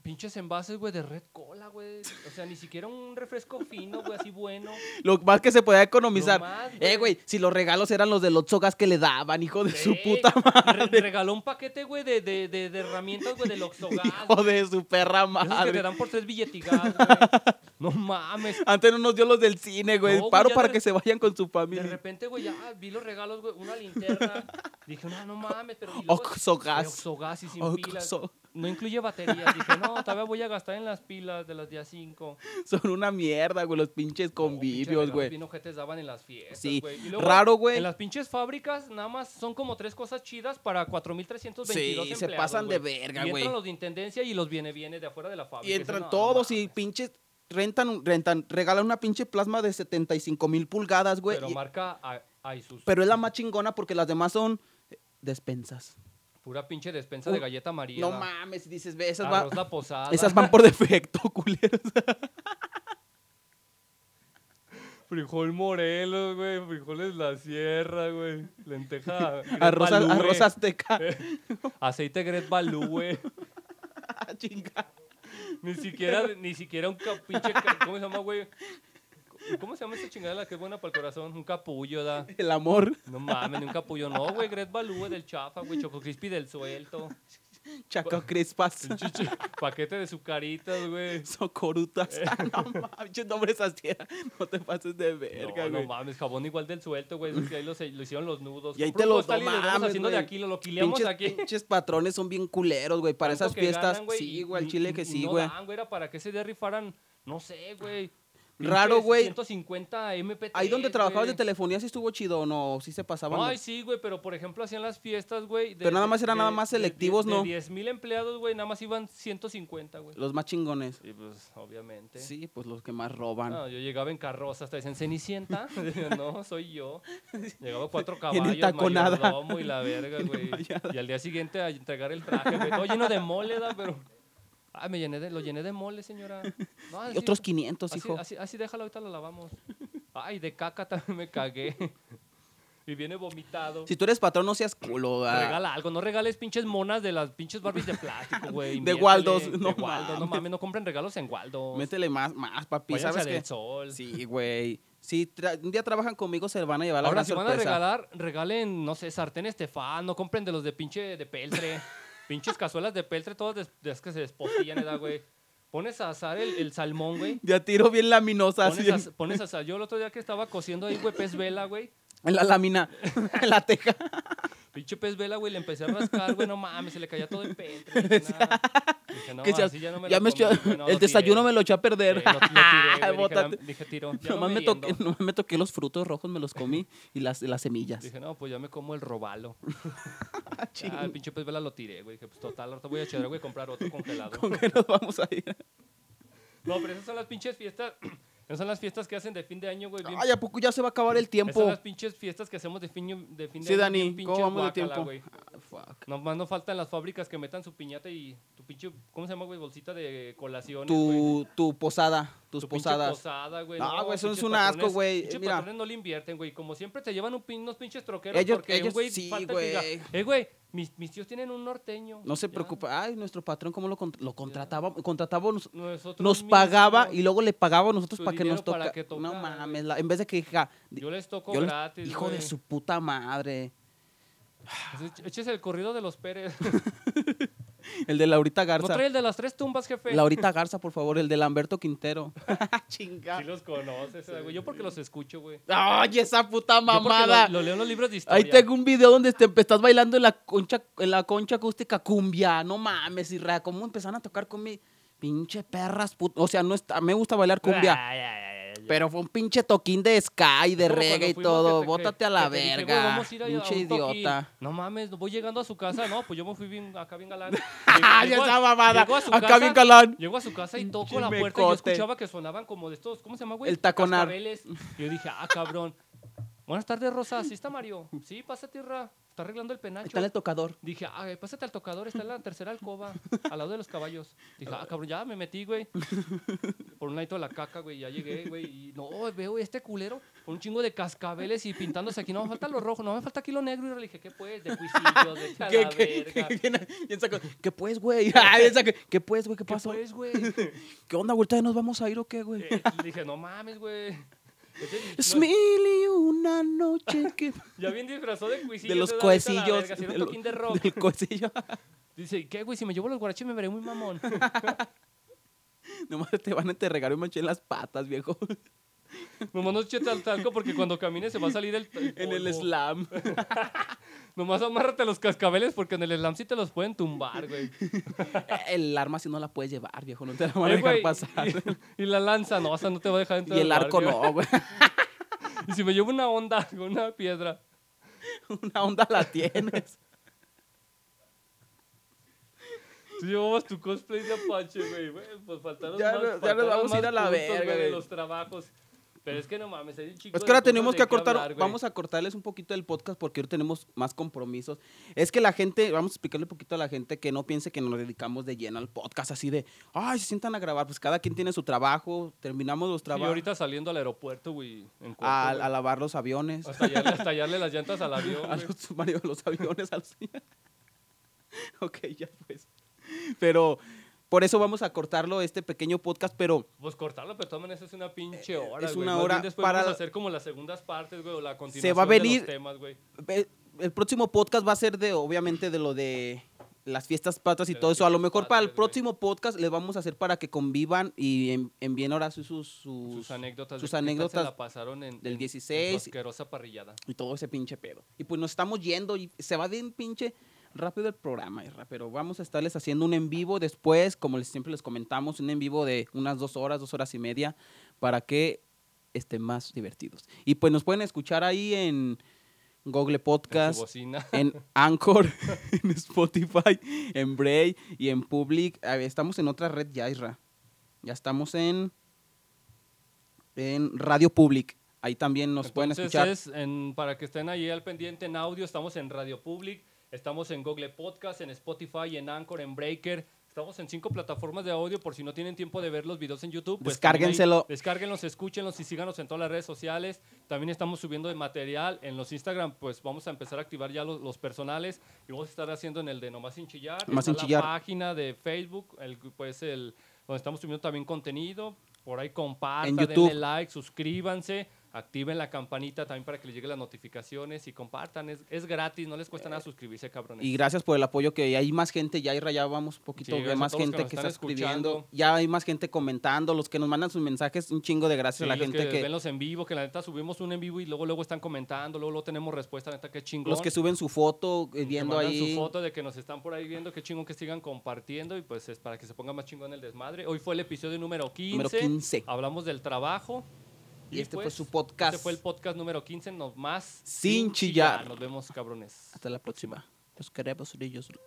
A: pinches envases, güey, de red cola, güey. O sea, ni siquiera un refresco fino, güey, así bueno.
D: Lo más que se podía economizar.
A: Lo más, güey.
D: eh, güey, si los regalos eran los de los sogas que le daban, hijo de su
A: Sí.
D: puta
A: Eh, Re- regaló un paquete, güey, de, de, de, de herramientas, güey, del Oxogas.
D: hijo de su perra
A: güey. Esos que te
D: madre.
A: dan por tres billetigas, güey. No mames.
D: Antes no nos dio los del cine, güey.
A: No, güey,
D: Paro
A: ya
D: para
A: de-
D: que se vayan con su
A: De
D: familia.
A: repente, güey, ya vi los regalos, güey, una linterna. Dije, no, no mames, pero... y luego-
D: Oxogas.
A: Eh, Oxogas y sin pilas.
D: Oxo-
A: No incluye baterías. Dije, no, todavía voy a gastar en las pilas de las día 5.
D: Son una mierda, güey, los pinches convivios, güey.
A: Bien ojetes daban en las fiestas,
D: Sí,
A: güey. Y
D: raro, güey.
A: En las pinches fábricas nada más son como tres cosas chidas para 4.322
D: Sí,
A: empleados,
D: se pasan de
A: güey.
D: verga,
A: Y
D: güey.
A: entran los de intendencia y los viene viene de afuera de la fábrica.
D: Y entran
A: Dicen, no,
D: todos
A: no
D: y
A: mames.
D: pinches rentan, un- rentan, regalan una pinche plasma de 75 mil pulgadas, güey. y-
A: Pero
D: Pero,
A: marca a, a Isuzu.
D: es la más chingona porque las demás son eh, despensas.
A: Pura pinche despensa
D: Uh,
A: de galleta María.
D: No mames, y dices, ve, esas, va-
A: Arroz la posada.
D: esas van por defecto, culeros.
A: Frijol Morelos, güey. Frijoles La Sierra, güey. Lenteja. Gret
D: Arroz,
A: Balú, güey.
D: arroz azteca.
A: Eh. Aceite Gret Balú, güey.
D: Ah, Chinga.
A: Ni siquiera, ni siquiera un ca- pinche. ca- ¿Cómo se llama, güey? ¿Cómo se llama esa chingada la que es buena para el corazón? Un capullo, da.
D: El amor,
A: No mames, ni un capullo. No, güey, Gret Balú, güey, del chafa, güey. Choco Crispy del suelto.
D: chaco crespas,
A: Chichi- Paquete de sucaritas, güey. Eh.
D: socorutas. No mames, pinches nombres así. No te pases de verga,
A: no, no
D: güey.
A: mames, jabón igual del suelto, güey. esos que Ahí los- lo hicieron los nudos.
D: Y ahí
A: Compró
D: te
A: un
D: los-
A: costal
D: no
A: y les vamos
D: mames,
A: haciendo de
D: güey.
A: aquí, lo loquileamos
D: pinches,
A: aquí.
D: pinches patrones son bien culeros, güey, para esas
A: Tanto que
D: fiestas.
A: ganan, güey,
D: sí,
A: y-
D: güey,
A: y-
D: al chile
A: y-
D: que
A: y
D: sí,
A: no
D: güey.
A: dan, güey, era para que ese día rifaran, no sé, güey.
D: Raro,
A: pinches
D: güey.
A: 150 MP.
D: Ahí donde trabajabas de telefonía sí estuvo chido o no, sí se pasaban.
A: Ay, sí, güey, pero por ejemplo hacían las fiestas, güey. de-
D: Pero nada
A: de-
D: más eran
A: de-
D: nada más
A: de- de-
D: selectivos, ¿no?
A: De 10 mil empleados, güey, nada más iban 150, güey.
D: Los más chingones.
A: Y pues, obviamente.
D: Sí, pues los que más roban.
A: No, yo llegaba en carroza, hasta dicen Cenicienta. no, soy yo. Llegaba cuatro
D: en
A: caballos,
D: taconada.
A: mayordomo y la verga,
D: En
A: güey.
D: mayada.
A: Y al día siguiente a entregar el traje, güey. Todo lleno de mole, da, pero. Ah, me llené de, lo llené de mole, señora. No,
D: y
A: así-
D: otros 500,
A: pues, así,
D: hijo.
A: Así, así déjalo, ahorita lo lavamos. Ay, de caca también me cagué. Y viene vomitado.
D: Si tú eres patrón, no seas culo. ah.
A: Regala algo, no regales pinches monas de las pinches Barbies de plástico, güey.
D: De
A: inviértele,
D: Waldos,
A: de
D: no
A: Waldo, no
D: mames.
A: mames, no compren regalos en Waldos.
D: Métele más, más, papi.
A: Váyanse a
D: ¿Sabes
A: del
D: qué?
A: sol.
D: Sí, güey. Si tra- un día trabajan conmigo, se van a llevar la
A: Ahora,
D: gran
A: si van a
D: sorpresa.
A: regalar, regalen, no sé, sartén Estefan, no compren de los de pinche de peltre. pinches cazuelas de peltre, todas des- des- que se despostillan, edad, güey. Pones a asar el, el salmón, güey.
D: Ya tiro bien laminosa, así.
A: Pones a, as-
D: En,
A: pones a asar. Yo el otro día que estaba cociendo ahí, güey, pez vela, güey.
D: en la lámina, en la teja.
A: Pinche pez vela, güey, le empecé a rascar, güey, no mames, se le caía todo el peltre. Dije, "Nah". Dije, no,
D: que seas-
A: así ya no me
D: ya
A: lo
D: me
A: comí,
D: eché-
A: güey, no,
D: el
A: lo
D: desayuno
A: tiré".
D: me lo eché a perder.
A: Sí, lo- lo tiré, güey, dije,
D: Bótate.
A: "La- dije, tiro. ya no
D: Nomás
A: me
D: me, toqué,
A: yendo".
D: nomás me toqué los frutos rojos, me los comí y las, las semillas.
A: Dije, no, pues ya me como el robalo.
D: Chinga.
A: Ah, el pinche pez vela lo tiré, güey. Dije, pues total, ahorita voy a echar, güey, a comprar otro congelado.
D: ¿Con qué nos vamos a ir?
A: No, pero esas son las pinches fiestas Esas son las fiestas que hacen de fin de año, güey. bien-
D: Ay, ¿a poco ya se va a acabar el
A: Esas son
D: tiempo?
A: las pinches fiestas que hacemos de fin de, fin de
D: Sí,
A: año.
D: Dani,
A: bien
D: ¿cómo
A: pinches
D: vamos de
A: guácala,
D: tiempo?
A: güey.
D: Ah, fuck.
A: Nomás no faltan las fábricas que metan su piñata y tu pinche, ¿cómo se llama, güey? Bolsita de colaciones, güey.
D: Tu, tu posada, tus
A: Tu pinche
D: posadas.
A: posada, güey.
D: No, güey, eso es
A: pinches
D: un
A: patrones-
D: asco, güey.
A: Pinches
D: Mira.
A: patrones no le invierten, güey. Como siempre te llevan un pin- unos pinches troqueros
D: Ellos-
A: porque un
D: ellos
A: güey
D: sí,
A: falta que diga,
D: güey.
A: eh, güey, mis, mis tíos tienen un norteño.
D: No se
A: Ya.
D: preocupa. Ay, nuestro patrón, ¿cómo lo, cont- lo contrataba? Contrataba, nos,
A: Nosotros
D: nos
A: mismos,
D: pagaba y luego le pagaba a nosotros
A: Su
D: para que nos
A: dinero para
D: toca.
A: que tocara,
D: no
A: güey.
D: mames, la- en vez de que diga,
A: Yo les toco
D: yo le-
A: gratis,
D: hijo de
A: güey.
D: su puta madre.
A: Entonces, Eches el corrido de los Pérez.
D: El de Laurita
A: ¿No
D: Garza.
A: trae el de las tres tumbas, jefe?
D: Laurita Garza, por favor, el de Lamberto Quintero. Chinga.
A: Sí los conoces, güey. Yo porque los escucho, güey.
D: Ay, esa puta
A: Yo porque
D: mamada.
A: Lo, lo leo en los libros de historia.
D: Ahí tengo un video donde te estás bailando en la concha, en la concha acústica cumbia. No mames, Irra, cómo empezaron a tocar con mi pinche perras, put- o sea, no está, me gusta bailar cumbia,
A: Ay, ay, ay, ay, ay.
D: pero fue un pinche toquín de sky, de
A: Es como
D: reggae y
A: cuando fuimos
D: todo.
A: que te-
D: Bótate
A: que-
D: a la
A: que te dije,
D: verga.
A: "Güey, vamos a ir a- a
D: pinche
A: un toquín".
D: idiota.
A: No mames, voy llegando a su casa. No, pues yo me fui bien, acá bien galán.
D: Ay,
A: Llego a-
D: esa mamada.
A: llego a su
D: Acá
A: casa-
D: bien galán.
A: Llego a su casa y toco
D: Pinche
A: la puerta y yo
D: mecote.
A: escuchaba que sonaban como de estos, ¿cómo se llama, güey?
D: El taconar.
A: Cascabeles. Y yo dije, ah, cabrón. Buenas tardes, Rosa. ¿Sí está Mario? Sí, pásate, Ra. Está arreglando el penacho.
D: Está en el tocador.
A: Dije, ah, güey, pásate al tocador, está en la tercera alcoba, al lado de los caballos. Dije, ah, cabrón, ya me metí, güey. Por un ladito de la caca, güey, ya llegué, güey. Y no, veo este culero con un chingo de cascabeles y pintándose aquí. No, me falta lo rojo, no, me falta aquí lo negro. Y le dije, ¿qué pues? De cuisillos, de la
D: ¿Qué, qué,
A: verga.
D: qué, bien- bien saco- ¿Qué pues, güey? Ay, bien saco- ¿Qué pues, güey? ¿Qué
A: ¿Qué
D: pasó?
A: pues, güey?
D: ¿Qué onda, güey? ¿Ahorita nos vamos a ir o qué, güey?
A: Eh, le dije, no mames, güey. Entonces,
D: Es
A: no,
D: mil y una noche que...
A: Ya bien disfrazado de cuisillos.
D: de los
A: ¿verdad? Vete a la
D: cohecillos.
A: verga, haciendo
D: de lo-
A: toquín de rock.
D: Del cohecillo.
A: Dice, ¿y ¿qué, güey? Si me llevo los guaraches me veré muy mamón.
D: Nomás te van a te regar un manche en las patas, viejo.
A: Mamón, no chete al talco porque cuando camines se va a salir el.
D: En el
A: polvo.
D: slam.
A: Nomás amárrate los cascabeles porque en el slam sí te los pueden tumbar, güey.
D: El arma si no la puedes llevar, viejo. No te la van a
A: Eh,
D: dejar
A: güey,
D: pasar.
A: Y, y la lanza, no, o sea, no te va a dejar
D: Y
A: entrar. al
D: el arco
A: barrio.
D: no, güey.
A: Y si me llevo una onda, una piedra.
D: Una onda la tienes.
A: Tú llevabas tu cosplay de Apache, güey. güey, Pues faltaron
D: Ya
A: más.
D: no- ya nos
A: faltaron
D: vamos a ir
A: más
D: a la
A: puntos,
D: verga,
A: de
D: güey.
A: los trabajos. Pero es que no mames, hay un chico.
D: Es que ahora tenemos que acortar. vamos a cortarles un poquito del podcast porque ahora tenemos más compromisos. Es que la gente, vamos a explicarle un poquito a la gente que no piense que nos dedicamos de lleno al podcast, así de, ay, se sientan a grabar. Pues cada quien tiene su trabajo, terminamos los
A: Y
D: trabajos.
A: ahorita saliendo al aeropuerto, güey. En corto,
D: a,
A: güey.
D: a lavar los aviones.
A: A estallarle- a estallarle las llantas al avión.
D: a
A: güey.
D: los submarinos, los aviones, a los... ok, ya pues. Pero por eso vamos a cortarlo este pequeño podcast, pero
A: Pues cortarlo, pero tomen eso es una pinche hora.
D: Eh, es
A: güey.
D: una
A: Más bien
D: hora
A: después
D: para-
A: Vamos a hacer como las segundas partes, güey, o la continuación
D: va a
A: de
D: venir-
A: los temas, güey.
D: eh, el próximo podcast va a ser de, obviamente, de lo de las fiestas patas y
A: De
D: todo
A: las
D: eso. A lo
A: fiestas
D: mejor para el
A: patrias, güey.
D: próximo podcast les vamos a hacer para que convivan y en- envíen ahora sus, sus, sus-
A: Sus anécdotas.
D: sus
A: de qué tal
D: anécdotas
A: Se la pasaron en,
D: del
A: en-
D: 16.
A: en su asquerosa parrillada.
D: y todo ese pinche pedo. Y pues nos estamos yendo y se va bien pinche rápido el programa, irra, pero vamos a estarles haciendo un en vivo después, como les, siempre les comentamos, un en vivo de unas dos horas, dos horas y media, para que estén más divertidos. Y pues nos pueden escuchar ahí en Google
A: En su
D: Podcast,
A: bocina.
D: en Anchor, en Spotify, en Bray y en Public. A ver, estamos en otra red ya, Isra. Ya estamos en, en Radio Public. Ahí también nos pueden
A: Entonces
D: escuchar.
A: es en- para que estén ahí al pendiente en audio, estamos en Radio Public, estamos en Google Podcast, en Spotify, en Anchor, en Breaker. Estamos en cinco plataformas de audio por si no tienen tiempo de ver los videos en YouTube. pues también ahí
D: Descárguenselo.
A: descárguenlos, escúchenlos y síganos en todas las redes sociales. También estamos subiendo de material en los Instagram, pues vamos a empezar a activar ya los, los personales y vamos a estar haciendo en el de Nomás Sin Chillar.
D: Nomás
A: está la
D: Sin Chillar.
A: página de Facebook, el, pues el, donde estamos subiendo también contenido. Por ahí compartan,
D: En
A: denle
D: YouTube.
A: like, suscríbanse, activen la campanita también para que les lleguen las notificaciones y compartan. Es, es gratis, no les cuesta nada suscribirse, cabrones.
D: Y gracias por el apoyo que hay más gente, ya Irra, ya vamos un
A: Sí,
D: poquito,
A: gracias
D: de
A: a
D: más
A: todos los
D: gente
A: que
D: que,
A: nos
D: está
A: están
D: escribiendo,
A: escuchando.
D: ya hay más gente comentando, los que nos mandan sus mensajes, un chingo de gracias
A: Sí,
D: a la
A: los
D: gente
A: que,
D: que,
A: ven los en vivo, que la neta subimos un en vivo y luego luego están comentando, luego, luego tenemos respuesta, la neta, qué chingón.
D: los que suben su foto, eh,
A: Que
D: viendo
A: mandan
D: ahí.
A: su foto de que nos están por ahí viendo, qué chingón que sigan compartiendo y pues es para que se ponga más chingón el desmadre. Hoy fue el episodio número 15.
D: Número 15.
A: Hablamos del trabajo.
D: Y este fue su
A: Este
D: podcast.
A: fue el podcast número 15, nomás
D: Sin chillar.
A: Nos vemos, cabrones.
D: Hasta la próxima. Los queremos, ellos.